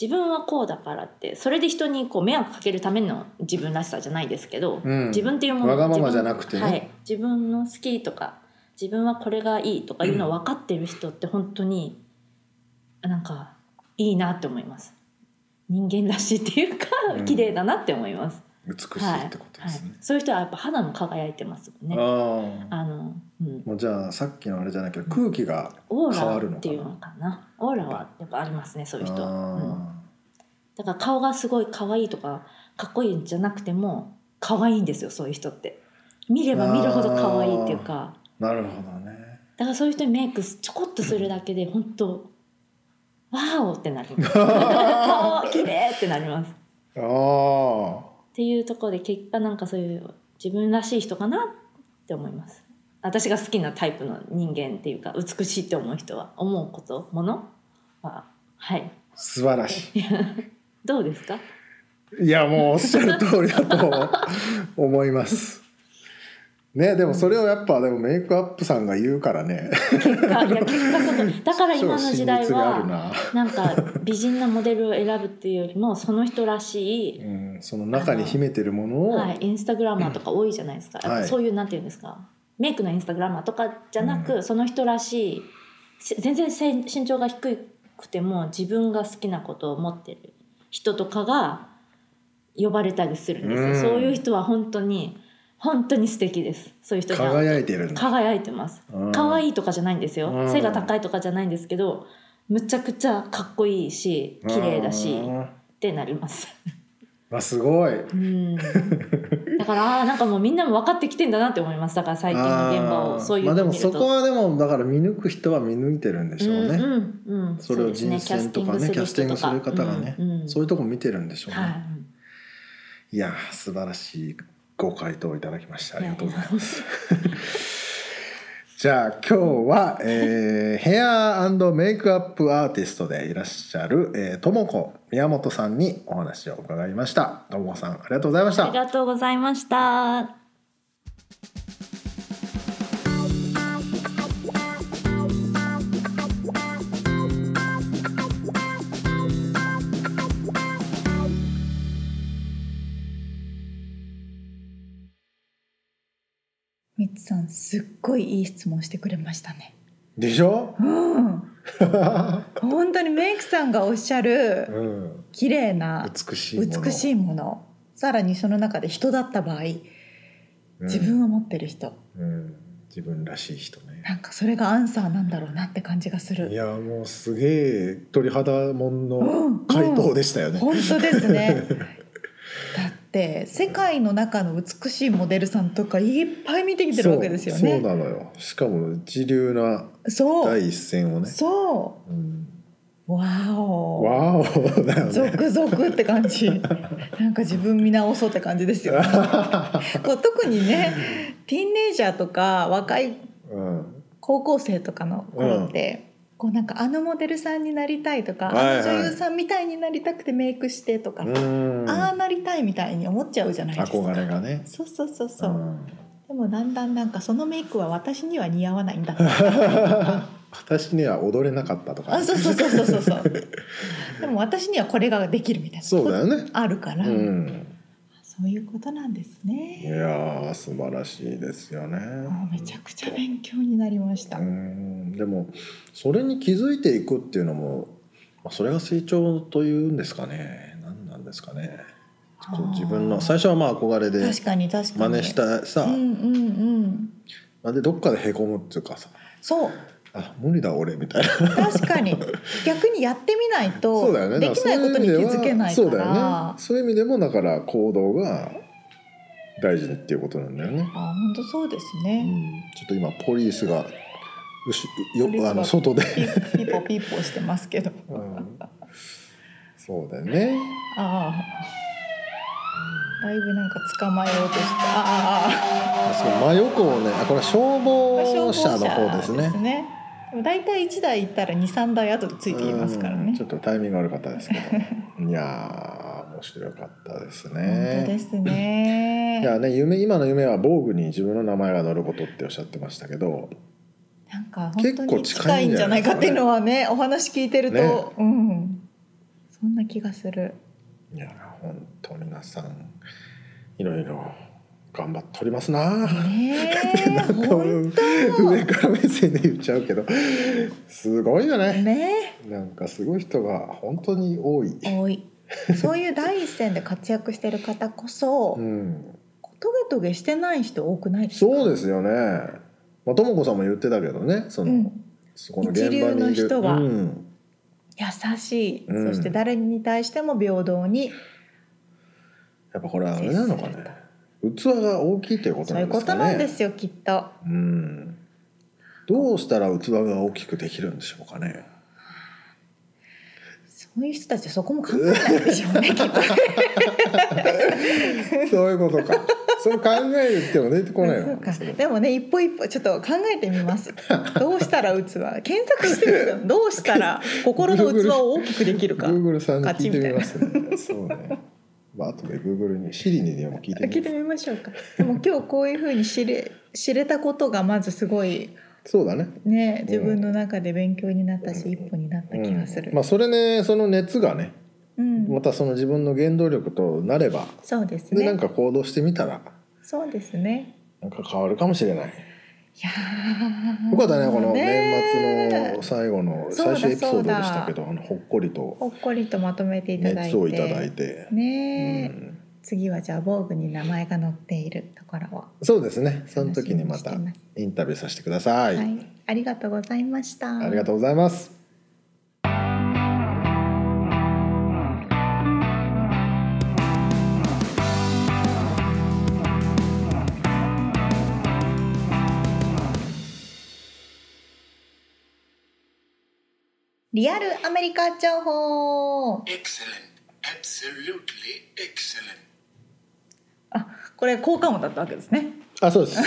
[SPEAKER 2] 自分はこうだからってそれで人にこう迷惑かけるための自分らしさじゃないですけど、
[SPEAKER 1] うん
[SPEAKER 2] 自分っていうもの
[SPEAKER 1] わがまま
[SPEAKER 2] 自分
[SPEAKER 1] じゃなくてね
[SPEAKER 2] はい、自分の好きとか自分はこれがいいとかいうのを分かってる人って本当になんかいいなって思います。人間らしいっていうか
[SPEAKER 1] うん
[SPEAKER 2] 綺麗だなって思います、
[SPEAKER 1] 美しいってこと
[SPEAKER 2] は
[SPEAKER 1] で
[SPEAKER 2] い
[SPEAKER 1] すね、、
[SPEAKER 2] そういう人はやっぱ肌も輝いてますもんね
[SPEAKER 1] ああ
[SPEAKER 2] あの、うん、
[SPEAKER 1] もうじゃあさっきのあれじゃないけど空気が
[SPEAKER 2] オ
[SPEAKER 1] 変わ
[SPEAKER 2] ー
[SPEAKER 1] る
[SPEAKER 2] ラ
[SPEAKER 1] のかな
[SPEAKER 2] っていうのかなオーラはやっぱありますねそういう人は、うん
[SPEAKER 1] あ
[SPEAKER 2] だから顔がすごい可愛いとかかっこいいんじゃなくても可愛いんですよそういう人って見れば見るほど可愛いっていうか
[SPEAKER 1] ーなるほどね
[SPEAKER 2] だからそういう人にメイクちょこっとするだけで本当わーおってな ります
[SPEAKER 1] あ
[SPEAKER 2] 顔綺麗ってなりますっ
[SPEAKER 1] あ
[SPEAKER 2] ていうところで結果なんかそういう自分らしい人かなって思います私が好きなタイプの人間っていうか美しいって思う人は思うことものははい
[SPEAKER 1] 素晴らし
[SPEAKER 2] どうです か
[SPEAKER 1] いいやもうおっしゃる通りだと思いますねでもそれをやっぱでもメイクアップさんが言うからね
[SPEAKER 2] 結果いや結果そのだから今の時代
[SPEAKER 1] 超親密がある
[SPEAKER 2] はな
[SPEAKER 1] な、
[SPEAKER 2] んか美人なモデルを選ぶっていうよりもその人らしい、
[SPEAKER 1] うん、その中に秘めてるものを、
[SPEAKER 2] はい、インスタグラマーとか多いじゃないですか、
[SPEAKER 1] はい
[SPEAKER 2] そういうなんていうんですかメイクのインスタグラマーとかじゃなく、
[SPEAKER 1] う
[SPEAKER 2] その人らしいせ全然せん身長が低くても自分が好きなことを持ってる人とかが呼ばれたりするんですよ、
[SPEAKER 1] うん
[SPEAKER 2] そういう人は本当に本当に素敵ですそういう人に会うと
[SPEAKER 1] 輝いてるんだ
[SPEAKER 2] 輝いてます可
[SPEAKER 1] い
[SPEAKER 2] 愛いとかじゃないんですよ、
[SPEAKER 1] うん
[SPEAKER 2] 背が高いとかじゃないんですけどむちゃくちゃかっこいいし綺麗だしってなります
[SPEAKER 1] まあすごい
[SPEAKER 2] うんだからあーなんかもうみんなも分かってきてんだなって思いますだから最近の現場
[SPEAKER 1] あ
[SPEAKER 2] を
[SPEAKER 1] ー
[SPEAKER 2] そういう
[SPEAKER 1] まあで
[SPEAKER 2] の
[SPEAKER 1] も
[SPEAKER 2] 見ると
[SPEAKER 1] そこはでもだから見抜く人は見抜いてるんでしょうね、
[SPEAKER 2] うんうんうん
[SPEAKER 1] それを人選とかねキャスティングする方がね、そ
[SPEAKER 2] い
[SPEAKER 1] ういうとこ見てるんでしょうね、
[SPEAKER 2] はい
[SPEAKER 1] い、やー素晴らしいご回答いただきましてありがとうございます
[SPEAKER 2] ます
[SPEAKER 1] じゃあ今日は、えーヘアメイクアップアーティストでいらっしゃるえーともこ宮本さんにお話を伺いましたともこさんありがとうございまし
[SPEAKER 2] あ
[SPEAKER 1] た
[SPEAKER 2] りがとうございました
[SPEAKER 4] みつさんすっごいいい質問してくれましたね
[SPEAKER 1] でしょ、
[SPEAKER 4] うん本当にメイクさんがおっしゃる
[SPEAKER 1] うん、
[SPEAKER 4] 綺麗な
[SPEAKER 1] 美しいもの
[SPEAKER 4] 美しいものさらにその中で人だった場合自、分を持ってる人、
[SPEAKER 1] うんうん自分らしい人ね
[SPEAKER 4] なんかそれがアンサーなんだろうなって感じがする
[SPEAKER 1] いやもうすげえ鳥肌もん
[SPEAKER 4] う
[SPEAKER 1] の
[SPEAKER 4] ん
[SPEAKER 1] 回答でしたよね、
[SPEAKER 4] 本当ですねだって世界の中の美しいモデルさんとかいっぱい見てきてるわけですよ
[SPEAKER 1] そうそう
[SPEAKER 4] ね
[SPEAKER 1] なのよしかも一流な
[SPEAKER 4] そうそう
[SPEAKER 1] 第一線をね、うん、
[SPEAKER 4] わお
[SPEAKER 1] わお だよね
[SPEAKER 4] 続々って感じなんか自分見直そうって感じですよこう特にねティーンエイジャーとか若い
[SPEAKER 1] うん
[SPEAKER 4] 高校生とかの頃って、こうなんかあのモデルさんになりたいとか、
[SPEAKER 1] はいはい
[SPEAKER 4] あの女優さんみたいになりたくてメイクしてとか、
[SPEAKER 1] うん
[SPEAKER 4] ああなりたいみたいに思っちゃうじゃないですか
[SPEAKER 1] 憧れがね
[SPEAKER 4] そうそうそうそう、
[SPEAKER 1] ん
[SPEAKER 4] でもだんだんなんかそのメイクは私には似合わないん だ
[SPEAKER 1] 私には踊れなかったとか
[SPEAKER 4] あそうそうそうそうそうそうでも私にはこれができるみたいな
[SPEAKER 1] そうだよね
[SPEAKER 4] あるから、
[SPEAKER 1] うん
[SPEAKER 4] そういうことなんです
[SPEAKER 1] い
[SPEAKER 4] ね。
[SPEAKER 1] やー素晴らしいですよね
[SPEAKER 4] もうめちゃくちゃ勉強になりました。
[SPEAKER 1] うんでもそれに気づいていくっていうのも、まあ、それが成長というんですかね何なんですかねこう自分の最初はまあ憧れで
[SPEAKER 4] 確かに確かに。
[SPEAKER 1] 真似したさ、
[SPEAKER 4] うんうんうん。
[SPEAKER 1] なんでどっかでへこむっていうかさ
[SPEAKER 4] そう
[SPEAKER 1] あ無理だ俺みたいな
[SPEAKER 4] 確 かに逆にやってみない
[SPEAKER 1] そ
[SPEAKER 4] と
[SPEAKER 1] うだよね
[SPEAKER 4] で
[SPEAKER 1] だ
[SPEAKER 4] き
[SPEAKER 1] か
[SPEAKER 4] な
[SPEAKER 1] ら
[SPEAKER 4] いことに気づけないか
[SPEAKER 1] そういう意味ではそう
[SPEAKER 4] ら。
[SPEAKER 1] だよねそういう意味でもだから行動が大事っていうことなんだよね、
[SPEAKER 4] あ本当そうです
[SPEAKER 1] う
[SPEAKER 4] ね。
[SPEAKER 1] ん、ちょっと今ポリスがうしよ
[SPEAKER 4] ポリスが
[SPEAKER 1] あの外で、
[SPEAKER 4] ピピポピポしてますけど。
[SPEAKER 1] うんそうだよね
[SPEAKER 4] ああ。だいぶなんか捕まえようとした。あああ
[SPEAKER 1] その真横をねあこれは消
[SPEAKER 4] あ。
[SPEAKER 1] 防車の方ですね
[SPEAKER 4] ですね。でも大体一台行ったら二三台後でついていますから
[SPEAKER 1] うん
[SPEAKER 4] ね
[SPEAKER 1] ちょ。っとタイミング悪かったですけ どいやー面白かったです
[SPEAKER 4] 本当で
[SPEAKER 1] ね
[SPEAKER 4] すね
[SPEAKER 1] い。やね夢今の夢は防具に自分の名前が載ることっておっしゃってましたけど
[SPEAKER 4] なんか本
[SPEAKER 1] 結
[SPEAKER 4] 当
[SPEAKER 1] 構
[SPEAKER 4] に
[SPEAKER 1] 近
[SPEAKER 4] 近
[SPEAKER 1] い
[SPEAKER 4] い
[SPEAKER 1] ん
[SPEAKER 4] ん
[SPEAKER 1] じ
[SPEAKER 4] じ
[SPEAKER 1] ゃ
[SPEAKER 4] ゃ
[SPEAKER 1] な
[SPEAKER 4] ないい
[SPEAKER 1] です
[SPEAKER 4] か
[SPEAKER 1] か
[SPEAKER 4] っ
[SPEAKER 1] ね
[SPEAKER 4] ていうのはねお話聞いてると、
[SPEAKER 1] ね
[SPEAKER 4] うんそんな気がする
[SPEAKER 1] いや本当皆さんいろいろ頑張っておりますな。
[SPEAKER 4] ね え
[SPEAKER 1] なんか俺
[SPEAKER 4] 本
[SPEAKER 1] 上から目線で言っちゃうけどすごいよ
[SPEAKER 4] 当
[SPEAKER 1] ね
[SPEAKER 4] ね
[SPEAKER 1] なんかすごい人が本当に多い
[SPEAKER 4] 多いそういう第一線で活躍してる方こそ、
[SPEAKER 1] うん、
[SPEAKER 4] トゲトゲしてない人多くないですか
[SPEAKER 1] そうですよねまあとも子さんも言ってたけどねその、
[SPEAKER 4] うん
[SPEAKER 1] そこの現場にいる
[SPEAKER 4] 一流の人は
[SPEAKER 1] うん
[SPEAKER 4] 優しい、
[SPEAKER 1] うん
[SPEAKER 4] そして誰に対しても平等に
[SPEAKER 1] やっぱこれはあれなのかね器が大きいということ
[SPEAKER 4] そう
[SPEAKER 1] ないん
[SPEAKER 4] う
[SPEAKER 1] で
[SPEAKER 4] こ
[SPEAKER 1] す
[SPEAKER 4] と
[SPEAKER 1] かね
[SPEAKER 4] なんですよきっと
[SPEAKER 1] うんどうしたら器が大きくできるんでしょうかね
[SPEAKER 4] そういう人たちはそこも考えないでしょう ねきっと
[SPEAKER 1] そういうことかそれ考えるっても出てこない
[SPEAKER 4] そう
[SPEAKER 1] よ
[SPEAKER 4] か
[SPEAKER 1] それ
[SPEAKER 4] でもね一歩一歩ちょっと考えてみます どうしたら器検索してみるどうしたら心の器を大きくできるか
[SPEAKER 1] Google さんに聞いてみますねそうねまあ後で Google に Siri にでも聞いてみ
[SPEAKER 4] 聞いて
[SPEAKER 1] ます
[SPEAKER 4] みましょうかでも今日こういうふうに知れ知れたことがまずすごい
[SPEAKER 1] そうだね
[SPEAKER 4] ね自分の中で勉強になったし、一歩になった気がする、
[SPEAKER 1] うんまあそれねその熱がね
[SPEAKER 4] うん
[SPEAKER 1] またその自分の原動力となれば
[SPEAKER 4] そうです
[SPEAKER 1] で
[SPEAKER 4] ね
[SPEAKER 1] なんか行動してみたら
[SPEAKER 4] そうですね
[SPEAKER 1] なんか変わるかもしれない
[SPEAKER 4] いやー
[SPEAKER 1] よかったねこの
[SPEAKER 4] ね
[SPEAKER 1] 年
[SPEAKER 4] ー
[SPEAKER 1] 末の最後の最終エピソードでしたけどあのほっこりと
[SPEAKER 4] ほっこりとまとめていただい
[SPEAKER 1] 熱
[SPEAKER 4] て
[SPEAKER 1] をいただいて、
[SPEAKER 4] ねえ、
[SPEAKER 1] うん
[SPEAKER 4] 次はじゃあ防具に名前が載っているところを
[SPEAKER 1] そうですねその時にま
[SPEAKER 4] 楽
[SPEAKER 1] た
[SPEAKER 4] しみにしてい
[SPEAKER 1] インタビューさせてください、
[SPEAKER 4] はい、ありがとうございました
[SPEAKER 1] ありがとうございます
[SPEAKER 4] リアルアメリカ情報
[SPEAKER 5] Excellent. Absolutely excellent.
[SPEAKER 4] あこれ効果音だったわけですね
[SPEAKER 1] あそうです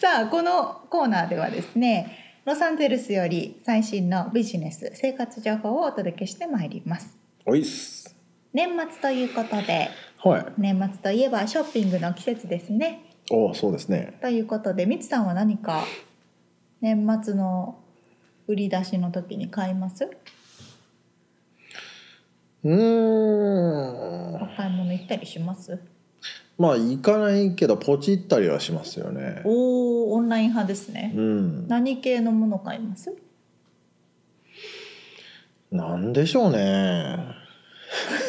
[SPEAKER 4] さあこのコーナーではですねロサンゼルスより最新のビジネス生活情報をお届けしてまいります
[SPEAKER 1] おいっす
[SPEAKER 4] 年末ということで
[SPEAKER 1] はい
[SPEAKER 4] 年末といえばショッピングの季節ですね
[SPEAKER 1] おそうですね
[SPEAKER 4] ということでみつさんは何か年末の売り出しの時に買います
[SPEAKER 1] うーん
[SPEAKER 4] 買い物行ったりします
[SPEAKER 1] まあ行かないけどポチったりはしますよね
[SPEAKER 4] おーオンライン派ですね
[SPEAKER 1] うん
[SPEAKER 4] 何系のもの買います
[SPEAKER 1] なんでしょうね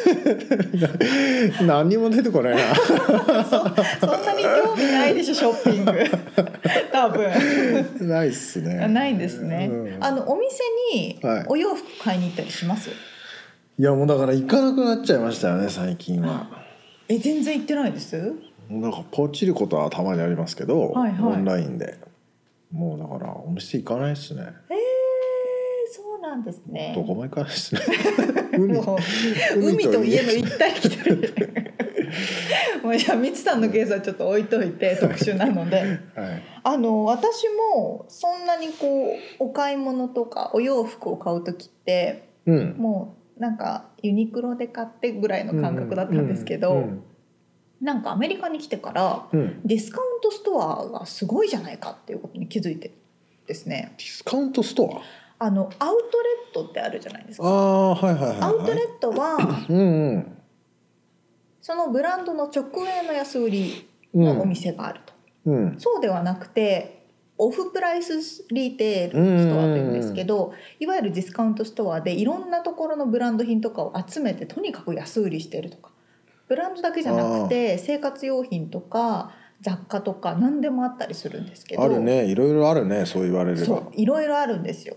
[SPEAKER 1] 何にも出てこないな
[SPEAKER 4] そんなに興味ない でしょショッピング 多分
[SPEAKER 1] ないっすね。
[SPEAKER 4] ないんですね、
[SPEAKER 1] うん
[SPEAKER 4] あのお店に
[SPEAKER 1] はい
[SPEAKER 4] お洋服買いに行ったりします、
[SPEAKER 1] いやもうだから行かなくなっちゃいましたよね最近は。
[SPEAKER 4] え全然行ってないです
[SPEAKER 1] なんかポチることはたまにありますけど、
[SPEAKER 4] はいはい
[SPEAKER 1] オンラインで。もうだからお店行かないっすね。
[SPEAKER 4] えー、そうなんですね
[SPEAKER 1] どこも行かないっすね。 海
[SPEAKER 4] もう
[SPEAKER 1] 海
[SPEAKER 4] 海
[SPEAKER 1] と
[SPEAKER 4] と
[SPEAKER 1] 家
[SPEAKER 4] 家の行ったり来たり もうじゃあみつさんのケースはちょっと置いといて特殊なので
[SPEAKER 1] はい。
[SPEAKER 4] あの私もそんなにこうお買い物とかお洋服を買う時って
[SPEAKER 1] うん。
[SPEAKER 4] もうなんかユニクロで買ってぐらいの感覚だったんですけど、
[SPEAKER 1] うん
[SPEAKER 4] なんかアメリカに来てから
[SPEAKER 1] うんうん
[SPEAKER 4] ディスカウントストアがすごいじゃないかっていうことに気づいてですね
[SPEAKER 1] ディスカウントスト
[SPEAKER 4] あのアウトレットってあるじゃないです
[SPEAKER 1] ア。あ
[SPEAKER 4] か
[SPEAKER 1] あはいはいはい、はい。
[SPEAKER 4] アウトレットは
[SPEAKER 1] うんうん。
[SPEAKER 4] そのブランドの直営の安売り
[SPEAKER 1] う
[SPEAKER 4] のお
[SPEAKER 1] ん。
[SPEAKER 4] 店があると、
[SPEAKER 1] うん。
[SPEAKER 4] そうではなくてオフプライスリテールストアというんですけどいわゆるディスカウントストアでいろんなところのブランド品とかを集めてとにかく安売りしてるとかブランドだけじゃなくて生活用品とか雑貨とか何でもあったりするんですけど
[SPEAKER 1] あるねいろいろあるねそう言われれ
[SPEAKER 4] そ
[SPEAKER 1] ば
[SPEAKER 4] う。いろいろあるんですよ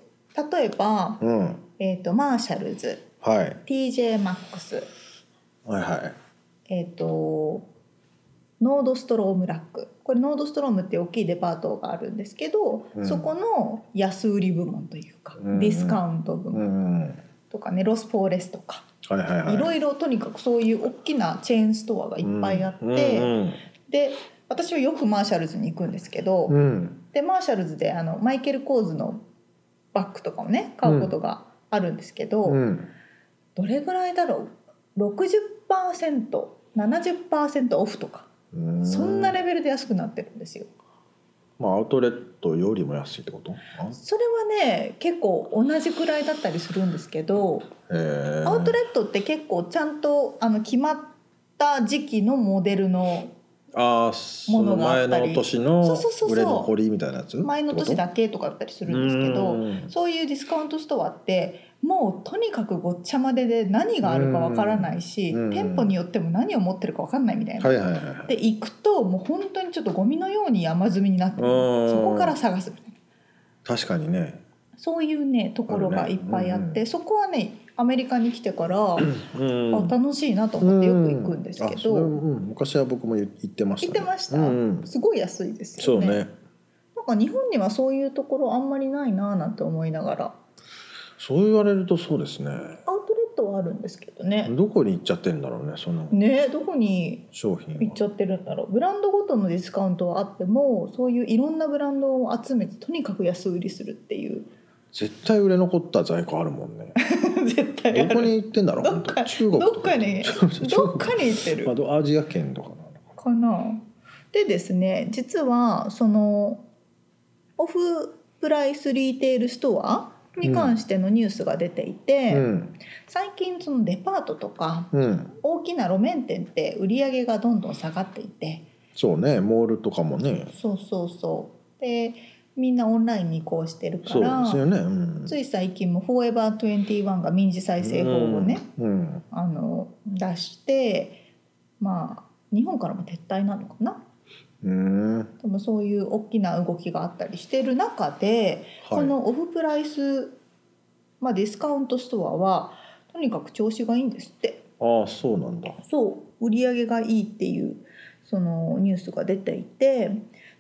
[SPEAKER 4] 例えば、
[SPEAKER 1] うん。はい。
[SPEAKER 4] えー、とマーシャルズ
[SPEAKER 1] はい
[SPEAKER 4] TJ マックス
[SPEAKER 1] はい。
[SPEAKER 4] えっ、とノードストロームラックこれノードストロームっていう大きいデパートがあるんですけど、
[SPEAKER 1] うん
[SPEAKER 4] そこの安売り部門というか、
[SPEAKER 1] うんうん
[SPEAKER 4] ディスカウント部
[SPEAKER 1] う
[SPEAKER 4] 門
[SPEAKER 1] ん。はい
[SPEAKER 4] とかねロス・ポーレスとか、
[SPEAKER 1] はいはい。
[SPEAKER 4] いろいろとにかくそういう大きなチェーンストアがいっぱいあって、
[SPEAKER 1] うん
[SPEAKER 4] で私はよくマーシャルズに行くんですけど、
[SPEAKER 1] うんうん
[SPEAKER 4] でマーシャルズであのマイケル・コーズのバッグとかをね買うことがあるんですけど、
[SPEAKER 1] うん
[SPEAKER 4] どれぐらいだろう 60%70% オフとか。
[SPEAKER 1] うん
[SPEAKER 4] そんなレベルで安くなってるんですよ。
[SPEAKER 1] まあアウトレットよりも安いってこと？あ
[SPEAKER 4] それはね結構同じくらいだったりするんですけど、
[SPEAKER 1] えー
[SPEAKER 4] アウトレットって結構ちゃんとあの決まった時期のモデルの
[SPEAKER 1] あーそ
[SPEAKER 4] も
[SPEAKER 1] の
[SPEAKER 4] のがあ
[SPEAKER 1] 前
[SPEAKER 4] ったり
[SPEAKER 1] の年の
[SPEAKER 4] そうそうそうそう
[SPEAKER 1] 売れ残りみたいなやつ
[SPEAKER 4] 前の年だけとかだったりす
[SPEAKER 1] け
[SPEAKER 4] るんですけど、
[SPEAKER 1] で
[SPEAKER 4] そういうディスカウントストアってもうとにかくごっちゃまでで何があるかわからないし、
[SPEAKER 1] うんうん
[SPEAKER 4] 店舗によっても何を持ってるかわかんないみたいな。
[SPEAKER 1] はいはいはいはい
[SPEAKER 4] で行くともう本当にちょっとゴミのように山積みになってる
[SPEAKER 1] うん
[SPEAKER 4] そこから探すみたいな
[SPEAKER 1] 確かにね
[SPEAKER 4] そういうねところがいっぱい
[SPEAKER 1] あ
[SPEAKER 4] あっ
[SPEAKER 1] るねうん
[SPEAKER 4] てそこはねアメリカに来てから、
[SPEAKER 1] うん
[SPEAKER 4] あ楽しいなと思ってよく行くんですけ
[SPEAKER 1] あそ
[SPEAKER 4] ど、
[SPEAKER 1] れうん昔は僕も言ってました、
[SPEAKER 4] 行ってました、
[SPEAKER 1] うんうん
[SPEAKER 4] すごい安いです
[SPEAKER 1] そ
[SPEAKER 4] よ
[SPEAKER 1] う
[SPEAKER 4] ね
[SPEAKER 1] ね
[SPEAKER 4] なんか日本にはそういうところあんまりないなぁなんて思いながら
[SPEAKER 1] そう言われるとそうですね
[SPEAKER 4] アウトレットはあるんですけどね、
[SPEAKER 1] どこに行っちゃってんだろうねその
[SPEAKER 4] ねどこに
[SPEAKER 1] 商品
[SPEAKER 4] 行っちゃってるんだろうブランドごとのディスカウントはあってもそういういろんなブランドを集めてとにかく安売りするっていう
[SPEAKER 1] 絶対売れ残った在庫あるもんね
[SPEAKER 4] 絶対 あ
[SPEAKER 1] ど
[SPEAKER 4] る
[SPEAKER 1] こに行ってんだろう
[SPEAKER 4] どっ
[SPEAKER 1] 本当
[SPEAKER 4] か
[SPEAKER 1] 中国と
[SPEAKER 4] どっかにどっかに行ってる
[SPEAKER 1] まあどアジア圏とかなのか
[SPEAKER 4] かなでですね実はそのオフプライスリーテールストアに関してのニュースが出ていて、
[SPEAKER 1] うん
[SPEAKER 4] 最近そのデパートとか
[SPEAKER 1] うん
[SPEAKER 4] 大きな路面店って売り上げがどんどん下がっていて
[SPEAKER 1] そうねモールとかもね
[SPEAKER 4] そうそうそうでみんなオンラインに移行してるか
[SPEAKER 1] そう
[SPEAKER 4] ら
[SPEAKER 1] ですよね、うん、
[SPEAKER 4] つい最近も「フォーエバー21」が民事再生法をね、
[SPEAKER 1] うん、
[SPEAKER 4] あの出してまあ日本からも撤退なのかな
[SPEAKER 1] うんうん
[SPEAKER 4] 多分そういう大きな動きがあったりしてる中で、こ
[SPEAKER 1] は
[SPEAKER 4] のオフプライス、まあ、ディスカウントストアはとにかく調子がいいんですって
[SPEAKER 1] いああそうなんだ
[SPEAKER 4] そう売り上げがいいっていうそのニュースが出ていて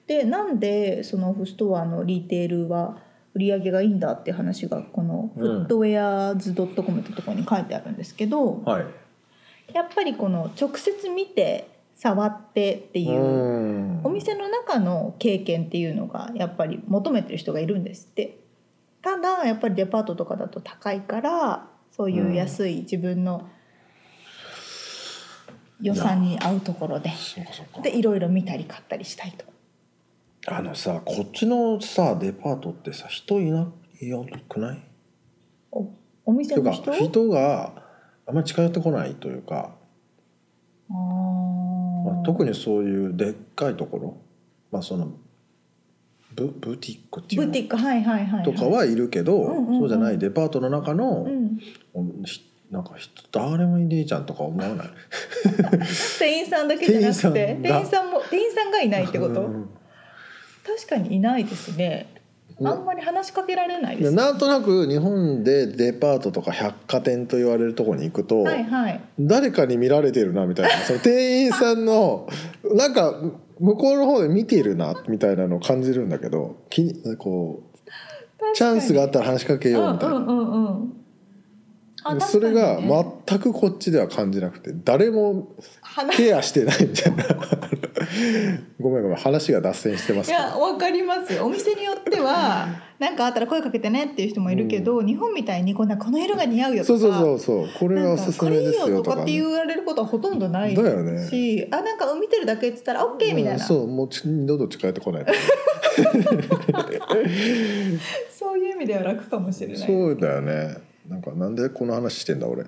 [SPEAKER 4] でなんでそのオフストアのリテールは売り上げがいいんだって話がこの
[SPEAKER 1] う
[SPEAKER 4] フ
[SPEAKER 1] ん
[SPEAKER 4] ットウェアーズ .com ってところに書いてあるんですけど、
[SPEAKER 1] はい
[SPEAKER 4] やっぱりこの直接見て触ってっていう。
[SPEAKER 1] うん
[SPEAKER 4] お店の中の経験っていうのがやっぱり求めてる人がいるんですってただやっぱりデパートとかだと高いからそういう安い自分の予算に合うところで
[SPEAKER 1] そうかそうか
[SPEAKER 4] でいろいろ見たり買ったりしたいと
[SPEAKER 1] あのさこっちのさデパートってさ人いないよくない
[SPEAKER 4] おお店
[SPEAKER 1] てか
[SPEAKER 4] の人
[SPEAKER 1] 人があんまり近寄ってこないというか、
[SPEAKER 4] あ
[SPEAKER 1] まあ
[SPEAKER 4] ー
[SPEAKER 1] 特にそういうでっかいところ、まあ、そのブブティックっていう
[SPEAKER 4] ブ
[SPEAKER 1] の
[SPEAKER 4] ティックはいはいはい、はい、
[SPEAKER 1] とかはいるけど、
[SPEAKER 4] うんうんうん
[SPEAKER 1] そうじゃないデパートの中の
[SPEAKER 4] う、ん、
[SPEAKER 1] ひなんか人誰もいねえじゃんとか思わない
[SPEAKER 4] 店員さんだけじゃ
[SPEAKER 1] 店員
[SPEAKER 4] なくて
[SPEAKER 1] さんが
[SPEAKER 4] 店員さんも店員さんがいないってこ
[SPEAKER 1] う
[SPEAKER 4] と
[SPEAKER 1] ん
[SPEAKER 4] 確かにいないですねあんまり話しかけられないですね
[SPEAKER 1] なんとなく日本でデパートとか百貨店と言われるところに行くと、
[SPEAKER 4] はいはい
[SPEAKER 1] 誰かに見られてるなみたいなその店員さんのなんか向こうの方で見てるなみたいなのを感じるんだけど気にこうチャンスがあったら話しかけようみたいな、
[SPEAKER 4] うんうんうんうんあ
[SPEAKER 1] それが
[SPEAKER 4] 確かにね
[SPEAKER 1] 全くこっちでは感じなくて誰も
[SPEAKER 4] 話
[SPEAKER 1] ケアしてないみたいな ごめんごめん話が脱線してま
[SPEAKER 4] い
[SPEAKER 1] すけど
[SPEAKER 4] やわかりますよお店によっては何かあったら声かけてねっていう人もいるけど、日本みたいにこんなこの色が似合うよと
[SPEAKER 1] そう
[SPEAKER 4] か
[SPEAKER 1] そうそうそうこれは
[SPEAKER 4] な
[SPEAKER 1] お
[SPEAKER 4] ん
[SPEAKER 1] す
[SPEAKER 4] か
[SPEAKER 1] す
[SPEAKER 4] こ
[SPEAKER 1] め
[SPEAKER 4] れい
[SPEAKER 1] で
[SPEAKER 4] い
[SPEAKER 1] す
[SPEAKER 4] よ
[SPEAKER 1] よ
[SPEAKER 4] と
[SPEAKER 1] と
[SPEAKER 4] か
[SPEAKER 1] か
[SPEAKER 4] って
[SPEAKER 1] ね、
[SPEAKER 4] 言われることはほとんどない
[SPEAKER 1] だよね
[SPEAKER 4] し、あなんか見てるだけって言ったら OK みたいな、
[SPEAKER 1] うん
[SPEAKER 4] そう
[SPEAKER 1] そうもうち二度と近寄ってこないと思
[SPEAKER 4] いう意味では楽かもしれ
[SPEAKER 1] う
[SPEAKER 4] ない
[SPEAKER 1] そうだよねなんかなんでこの話してんだ 俺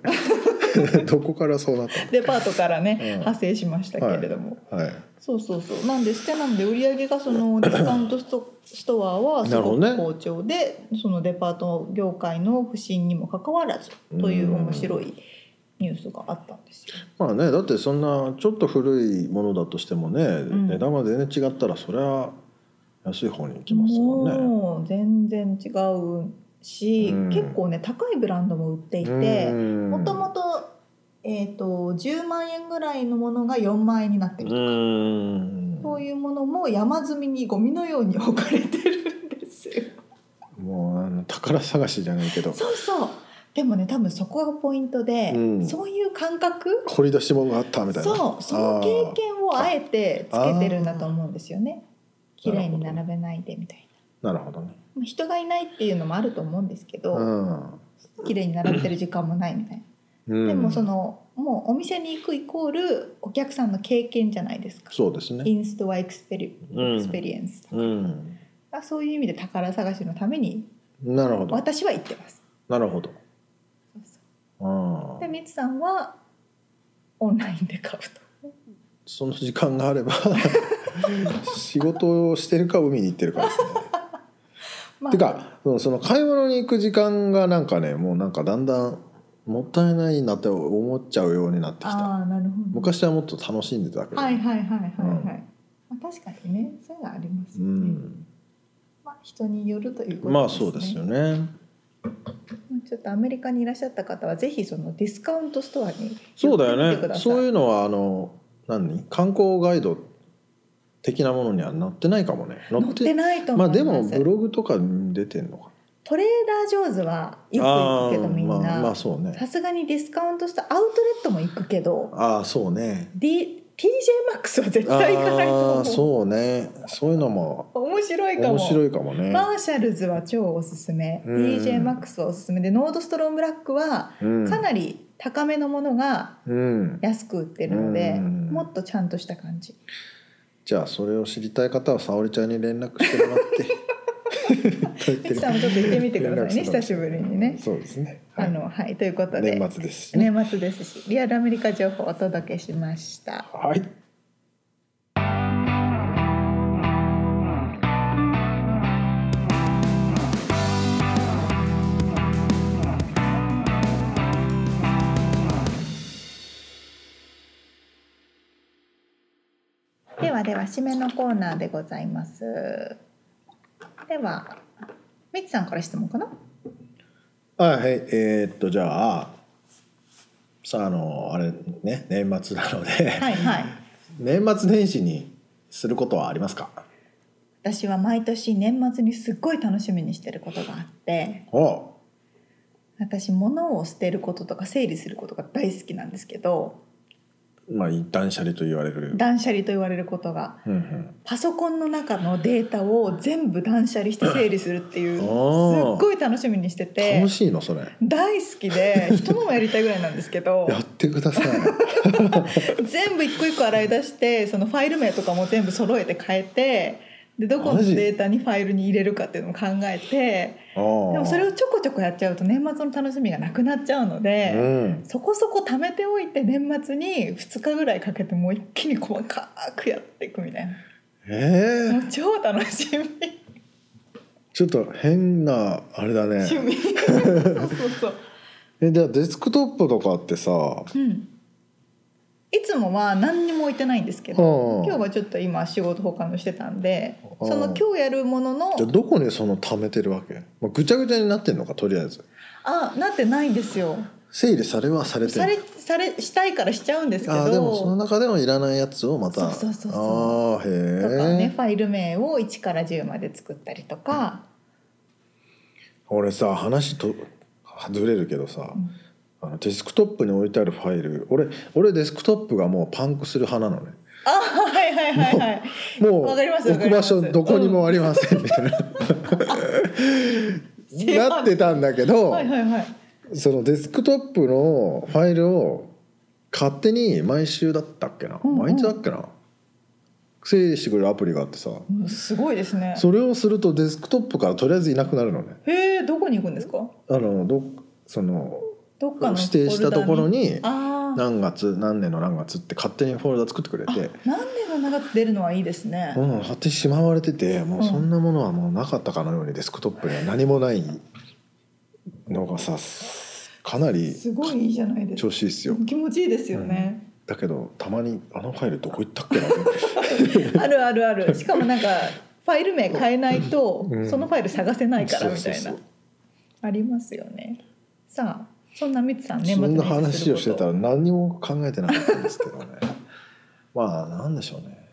[SPEAKER 1] どこからそうなった
[SPEAKER 4] デパートからね、
[SPEAKER 1] うん
[SPEAKER 4] 派生しましたけれども、
[SPEAKER 1] のはい
[SPEAKER 4] そうそうそうなんですってなので売り上げが そのディスカウントストストアはす
[SPEAKER 1] なる
[SPEAKER 4] ご
[SPEAKER 1] ほど
[SPEAKER 4] く
[SPEAKER 1] ね
[SPEAKER 4] 好調で、そのデパート業界の不振にもかかわらずという面白いニュースがあったんですよ。
[SPEAKER 1] まあねだってそんなちょっと古いものだとしてもね、
[SPEAKER 4] ん
[SPEAKER 1] 値段が全然違ったらそりゃ安い方に行きますもんね。
[SPEAKER 4] もう全然違うし、
[SPEAKER 1] うん
[SPEAKER 4] 結構ね高いブランドも売っていてもとも
[SPEAKER 1] と
[SPEAKER 4] と,、えー、と10万円ぐらいのものが4万円になってるとか、そういうものも山積みにゴミのように置かれてるんですよ。
[SPEAKER 1] もうあの宝探しじゃないけど
[SPEAKER 4] そうそうでもね多分そこがポイントで、
[SPEAKER 1] うん
[SPEAKER 4] そういう感覚
[SPEAKER 1] 掘り出し物があったみたいな
[SPEAKER 4] そうその経験をあえてつけてるんだと思うんですよね
[SPEAKER 1] ー
[SPEAKER 4] 綺麗に並べないでみたいな
[SPEAKER 1] なるほどね。
[SPEAKER 4] まあ人がいないっていうのもあると思うんですけ
[SPEAKER 1] う
[SPEAKER 4] ど
[SPEAKER 1] ん
[SPEAKER 4] 綺麗に並べてる時間もないみたいな、
[SPEAKER 1] うん、
[SPEAKER 4] でもそのもうお店に行くイコールお客さんの経験じゃないですか
[SPEAKER 1] そうですね
[SPEAKER 4] イ。ンストアエクスペリエクスペリエンス、
[SPEAKER 1] うん、
[SPEAKER 4] あそういう意味で宝探しのために
[SPEAKER 1] なるほど
[SPEAKER 4] 私は行ってます
[SPEAKER 1] なるほど。
[SPEAKER 4] そうそう
[SPEAKER 1] あ
[SPEAKER 4] でみつさんはオンラインで買うと。
[SPEAKER 1] その時間があれば仕事をしてるか海に行ってるかですね。
[SPEAKER 2] ま
[SPEAKER 1] てかうんその買い物に行く時間がなんかねもうなんかだんだんもったいないなって思っちゃうようになってきた
[SPEAKER 4] ああなるほど
[SPEAKER 1] 昔はもっと楽しんでたけど、
[SPEAKER 4] はいはいはいはいはい、
[SPEAKER 1] うん
[SPEAKER 4] まあ、確かにねそういうのあります
[SPEAKER 1] う
[SPEAKER 4] よね、
[SPEAKER 1] ん、
[SPEAKER 4] まあ、人によるということですね
[SPEAKER 1] まあそうですよね
[SPEAKER 4] ちょっとアメリカにいらっしゃった方はぜひそのディスカウントストアに
[SPEAKER 1] そうだ
[SPEAKER 4] 寄ってみて
[SPEAKER 1] よ
[SPEAKER 4] く
[SPEAKER 1] ね
[SPEAKER 4] さい
[SPEAKER 1] そういうのはあの何観光ガイド的なものには載ってないかもね載
[SPEAKER 4] 載
[SPEAKER 1] っ
[SPEAKER 4] っててないと思
[SPEAKER 1] ま
[SPEAKER 4] い
[SPEAKER 1] あ
[SPEAKER 4] ます、
[SPEAKER 1] でもブログとかに出てんのか
[SPEAKER 4] トレーダー・ジョーズはよく
[SPEAKER 1] ああ
[SPEAKER 4] 行くけどみんな、
[SPEAKER 1] まあまあそうね
[SPEAKER 4] さすがにディスカウントしたアウトレットも行くけど、
[SPEAKER 1] ああそうね
[SPEAKER 4] D、TJ マックスは絶
[SPEAKER 1] あ
[SPEAKER 4] 対行かないと
[SPEAKER 1] あ
[SPEAKER 4] 思う
[SPEAKER 1] そうねそういうのも
[SPEAKER 4] 面白いかも
[SPEAKER 1] 面白いかもね、
[SPEAKER 4] マーシャルズは超おすすめ、
[SPEAKER 1] うん
[SPEAKER 4] DJ マックスはおすすめでノードストロームブラックは
[SPEAKER 1] うん、
[SPEAKER 4] かなり高めのものが
[SPEAKER 1] うん、
[SPEAKER 4] 安く売ってるので、
[SPEAKER 1] うん
[SPEAKER 4] もっとちゃんとした感じ
[SPEAKER 1] じゃあそれを知りたい方は沙織ちゃんに連絡してもら ってと言ってる
[SPEAKER 4] 関さんもちょっと行ってみてくださいね
[SPEAKER 1] 連絡してもらって
[SPEAKER 4] 久しぶりにね、
[SPEAKER 1] そうですね、はい
[SPEAKER 4] あのはいということで
[SPEAKER 1] 年末ですしね
[SPEAKER 4] 年末ですしリアルアメリカ情報をお届けしました
[SPEAKER 1] はい
[SPEAKER 4] ではでは締めのコーナーでございますではみつさんから質問かな
[SPEAKER 1] あはいえーっとじゃあさああのあれね年末なので、
[SPEAKER 4] はいはい
[SPEAKER 1] 年末年始にすることはありますか
[SPEAKER 4] 私は毎年年末にすっごい楽しみにしてることがあって
[SPEAKER 1] おう
[SPEAKER 4] 私物を捨てることとか整理することが大好きなんですけど
[SPEAKER 1] まあ一旦シャリと言われる、
[SPEAKER 4] 断捨離と言われることが
[SPEAKER 1] うん
[SPEAKER 4] パソコンの中のデータを全部断捨離して整理するっていうすっ
[SPEAKER 1] おー
[SPEAKER 4] ごい楽しみにして
[SPEAKER 1] うん、
[SPEAKER 4] て
[SPEAKER 1] 楽しいのそれ
[SPEAKER 4] 大好きで人のもやりたいぐらいなんですけど
[SPEAKER 1] やってくだ さい
[SPEAKER 4] 全部一個一個洗い出してそのファイル名とかも全部揃えて変えてでどこの
[SPEAKER 1] マジ
[SPEAKER 4] データにファイルに入れるかっていうのも考えて
[SPEAKER 1] でも
[SPEAKER 4] でもそれをちょこちょこやっちゃうと年末の楽しみがなくなっちゃうので、
[SPEAKER 1] うん、
[SPEAKER 4] そこそこ貯めておいて年末に2日ぐらいかけてもう一気に細かくやっていくみたい
[SPEAKER 1] え
[SPEAKER 4] なも
[SPEAKER 1] ー、
[SPEAKER 4] う超楽しみ
[SPEAKER 1] ちょっと変なあれだね
[SPEAKER 4] 趣味そうそうそう、
[SPEAKER 1] えじゃあデスクトップとかってさ
[SPEAKER 4] うん、いつもは何にも置いてないんですけど
[SPEAKER 1] うん
[SPEAKER 4] 今日はちょっと今仕事他のしてたんで
[SPEAKER 1] うん
[SPEAKER 4] その今日やるものの
[SPEAKER 1] じゃあどこにその貯めてるわけ、まあ、ぐちゃぐちゃになってんのかとりあえず
[SPEAKER 4] あなってないんですよ
[SPEAKER 1] 整理されはされて
[SPEAKER 4] さ
[SPEAKER 1] る
[SPEAKER 4] れされしたいからしちゃうんですけ
[SPEAKER 1] あーでもその
[SPEAKER 4] ど
[SPEAKER 1] 中でもいらないやつをまた
[SPEAKER 4] そうそうそうそう
[SPEAKER 1] ああ
[SPEAKER 4] とかね
[SPEAKER 1] へえ、
[SPEAKER 4] ファイル名を1から10まで作ったりとか、
[SPEAKER 1] 俺さ話と外れるけどさ、
[SPEAKER 4] うん
[SPEAKER 1] あのデスクトップに置いてあるファイル俺俺デスクトップがもうパンクする派なのね
[SPEAKER 4] あはいはいはいはい
[SPEAKER 1] もう
[SPEAKER 4] わかります
[SPEAKER 1] 置く場所どこにもありませんみたいな、
[SPEAKER 4] 狭い
[SPEAKER 1] なってたんだけど、
[SPEAKER 4] はいはいはい
[SPEAKER 1] そのデスクトップのファイルを勝手に毎週だったっけな、
[SPEAKER 4] うんうん
[SPEAKER 1] 毎日だっけな整理してくれるアプリがあってさ、
[SPEAKER 4] うんすごいですね
[SPEAKER 1] それをするとデスクトップからとりあえずいなくなるのね
[SPEAKER 4] へえどこに行くんですか
[SPEAKER 1] あのどその
[SPEAKER 4] どっかの
[SPEAKER 1] 指定したところに
[SPEAKER 4] ああ
[SPEAKER 1] 何月何年の何月って勝手にフォルダ作ってくれて
[SPEAKER 4] 何年の長く出るのはいいですね、
[SPEAKER 1] うん勝手にしまわれててもうそんなものはもうなかったかのようにデスクトップには何もないのがさかなり
[SPEAKER 4] すごいいいじゃないです
[SPEAKER 1] 調
[SPEAKER 4] か
[SPEAKER 1] 子いいですよ
[SPEAKER 4] 気持ちいいですよね、
[SPEAKER 1] だけどたまにあのファイルどこ行ったっけな
[SPEAKER 4] あるあるあるしか もなんかファイル名変えないと
[SPEAKER 1] うん
[SPEAKER 4] そのファイル探せないからみた
[SPEAKER 1] そう
[SPEAKER 4] い
[SPEAKER 1] そ
[SPEAKER 4] な
[SPEAKER 1] う
[SPEAKER 4] ありますよねさあそんなみつさん
[SPEAKER 1] そうそ
[SPEAKER 4] 年末
[SPEAKER 1] ん
[SPEAKER 4] 年
[SPEAKER 1] な
[SPEAKER 4] 始す
[SPEAKER 1] 話
[SPEAKER 4] る
[SPEAKER 1] を
[SPEAKER 4] こ
[SPEAKER 1] してた
[SPEAKER 4] と
[SPEAKER 1] ら何にも考えてなかったんですけどねまあなんでしょうね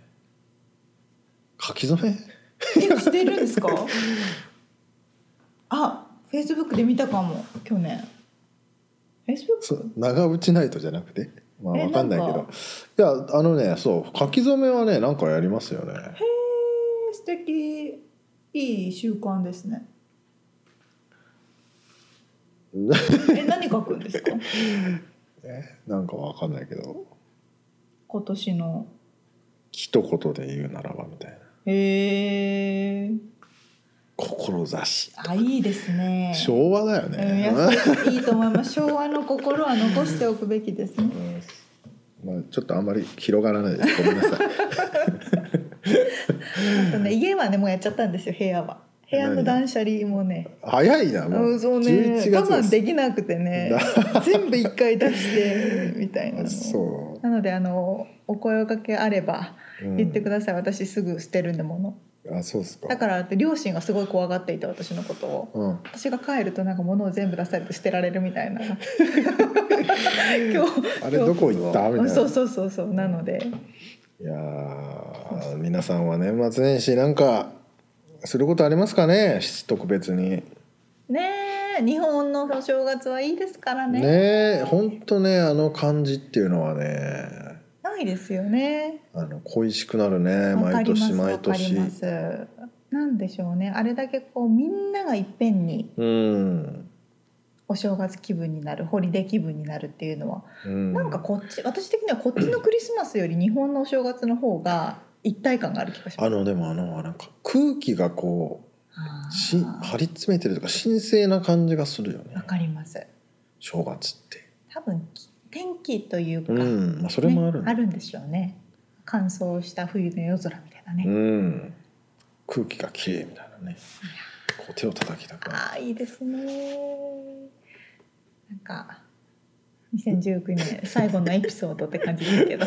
[SPEAKER 1] 書き初め
[SPEAKER 4] えしてるん ですかあフェイスブックで見たかも去年フェイスブッ
[SPEAKER 1] そう長渕ナイトじゃなくてまあ
[SPEAKER 4] え
[SPEAKER 1] わかんないけ
[SPEAKER 4] なん
[SPEAKER 1] どいやあのねそう書き初めはねなんかやりますよね
[SPEAKER 4] ク素敵いい習慣ですねえ何書くんですか
[SPEAKER 1] なんかわかんないけど
[SPEAKER 4] 今年の
[SPEAKER 1] 一言で言うならばみたいな
[SPEAKER 4] へえ
[SPEAKER 1] 志
[SPEAKER 4] あいいです ね
[SPEAKER 1] 昭和だよ
[SPEAKER 4] うん、
[SPEAKER 1] ね、
[SPEAKER 4] やっぱりいいと思い ます。昭和の心は残しておくべきですね。
[SPEAKER 1] うんまあ、ちょっとあんまり広がらない ですごめんなさい
[SPEAKER 4] あとね、家はね、もうやっちゃったんですよ、部屋は。部屋の断捨離もね
[SPEAKER 1] 早いなもう
[SPEAKER 4] うんそうね
[SPEAKER 1] 11
[SPEAKER 4] 我
[SPEAKER 1] 月
[SPEAKER 4] 慢
[SPEAKER 1] で
[SPEAKER 4] できなくてね全部一回出してみたいなの
[SPEAKER 1] すそ
[SPEAKER 4] なのであのお声をかけあれば
[SPEAKER 1] う、うん
[SPEAKER 4] 言ってください、私すぐ捨てるんでもの
[SPEAKER 1] あそうですか
[SPEAKER 4] だからって両親がすごい怖がっていた私のことを
[SPEAKER 1] うん、
[SPEAKER 4] 私が帰るとなんか物を全部出されて捨てられるみた いな今日
[SPEAKER 1] あれどこ行ったみたいな
[SPEAKER 4] そうそうそうそうなので
[SPEAKER 1] いやー皆さんは年末年始なんかすることありますかね特別に
[SPEAKER 4] ねえ日本のお正月はいいですからね
[SPEAKER 1] ねえほんとねあの感じっていうのはね
[SPEAKER 4] ないですよね
[SPEAKER 1] あの恋しくなるね
[SPEAKER 4] わか
[SPEAKER 1] 毎
[SPEAKER 4] りま
[SPEAKER 1] 年
[SPEAKER 4] す
[SPEAKER 1] 毎年
[SPEAKER 4] わかりますなんでしょうねあれだけこうみんながいっぺんに
[SPEAKER 1] うん、
[SPEAKER 4] お正月気分になるホリデー気分になるっていうのは、
[SPEAKER 1] うん、
[SPEAKER 4] なんかこっち私的にはこっちのクリスマスより日本のお正月の方が一体感がある気がします
[SPEAKER 1] あのでもあのなんか空気がこ
[SPEAKER 4] あ
[SPEAKER 1] う
[SPEAKER 4] ー
[SPEAKER 1] し張り詰めてるとか神聖な感じがするよね
[SPEAKER 4] わかります
[SPEAKER 1] 正月って
[SPEAKER 4] 多分天気というか、
[SPEAKER 1] うんまあそれもある
[SPEAKER 4] ね
[SPEAKER 1] ん
[SPEAKER 4] あるんでしょうね乾燥した冬の夜空みたいなね、
[SPEAKER 1] うん空気がきれいみたいなねこう手を叩きたくなる
[SPEAKER 4] ああいいですねなんか2019年最後のエピソードって感じですけど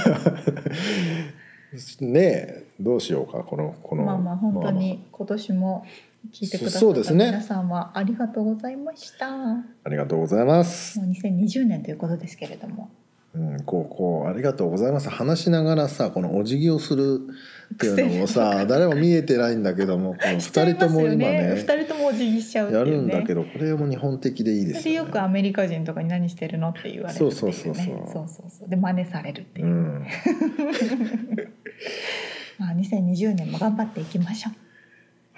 [SPEAKER 1] ねえどうしようかこのこの
[SPEAKER 4] まあまあ本 当
[SPEAKER 1] まあま
[SPEAKER 4] に今年も聞いてくださ
[SPEAKER 1] そ
[SPEAKER 4] っ
[SPEAKER 1] うです
[SPEAKER 4] た
[SPEAKER 1] ね
[SPEAKER 4] 皆さんはありがとうございました、も
[SPEAKER 1] あありがとうございます、
[SPEAKER 4] う2020年ということですけれども
[SPEAKER 1] うん、こうこうありがとうございます話しながらさこのお辞儀をするっていうのをさ誰も見えてないんだけどもこの
[SPEAKER 4] しちゃ
[SPEAKER 1] 2
[SPEAKER 4] い
[SPEAKER 1] 人と
[SPEAKER 4] ます
[SPEAKER 1] も
[SPEAKER 4] よ
[SPEAKER 1] 今
[SPEAKER 4] ね
[SPEAKER 1] ね
[SPEAKER 4] 二人ともお辞儀しちゃうってい
[SPEAKER 1] や
[SPEAKER 4] うね
[SPEAKER 1] るんだけどこれも日本的でいいです
[SPEAKER 4] それ
[SPEAKER 1] よ
[SPEAKER 4] よ
[SPEAKER 1] ね
[SPEAKER 4] くアメリカ人とかに何してるのって言われるっていうね
[SPEAKER 1] そうそうそうそう
[SPEAKER 4] そうそうそうで真似されるっていう、
[SPEAKER 1] うん、
[SPEAKER 4] まあ、2020年も頑張っていきましょう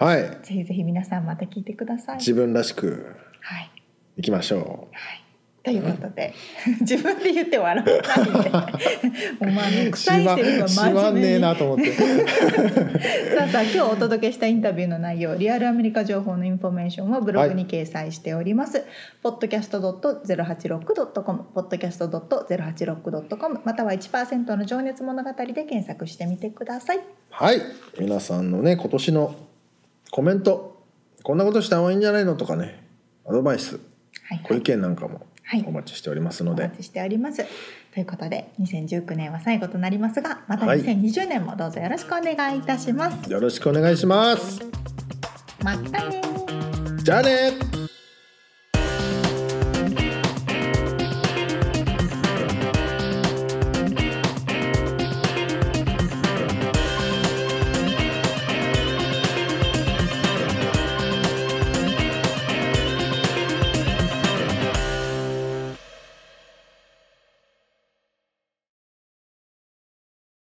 [SPEAKER 1] はい
[SPEAKER 4] ぜひぜひ皆さんまた聞いてください
[SPEAKER 1] 自分らしく
[SPEAKER 4] はい
[SPEAKER 1] いきましょ
[SPEAKER 4] はい。ということで、 自分で言って笑わない で。お前の
[SPEAKER 1] う。
[SPEAKER 4] 臭いセリフは
[SPEAKER 1] しま
[SPEAKER 4] 真
[SPEAKER 1] んねえ
[SPEAKER 4] 面目に。さ
[SPEAKER 1] なと思って。
[SPEAKER 4] あさあ今日お届けしたインタビューの内容、リアルアメリカ情報のインフォメーションはブログに掲載しております。podcast.086.com、podcast.086.com、または1%の情熱物語で検索してみてください。
[SPEAKER 1] はい、皆さんのね今年のコメント、こんなことした方がいいんじゃないのとかね、アドバイス、
[SPEAKER 4] はい、
[SPEAKER 1] ご意見なんかも
[SPEAKER 4] はい
[SPEAKER 1] お待ちしておりますの
[SPEAKER 4] お
[SPEAKER 1] で、
[SPEAKER 4] 待ちしております。ということで、2019年は最後となりますが、また
[SPEAKER 1] はい
[SPEAKER 4] 2020年もどうぞよろしくお願いいたします。
[SPEAKER 1] よろしくお願いします。
[SPEAKER 4] まったねー。
[SPEAKER 1] じゃあね。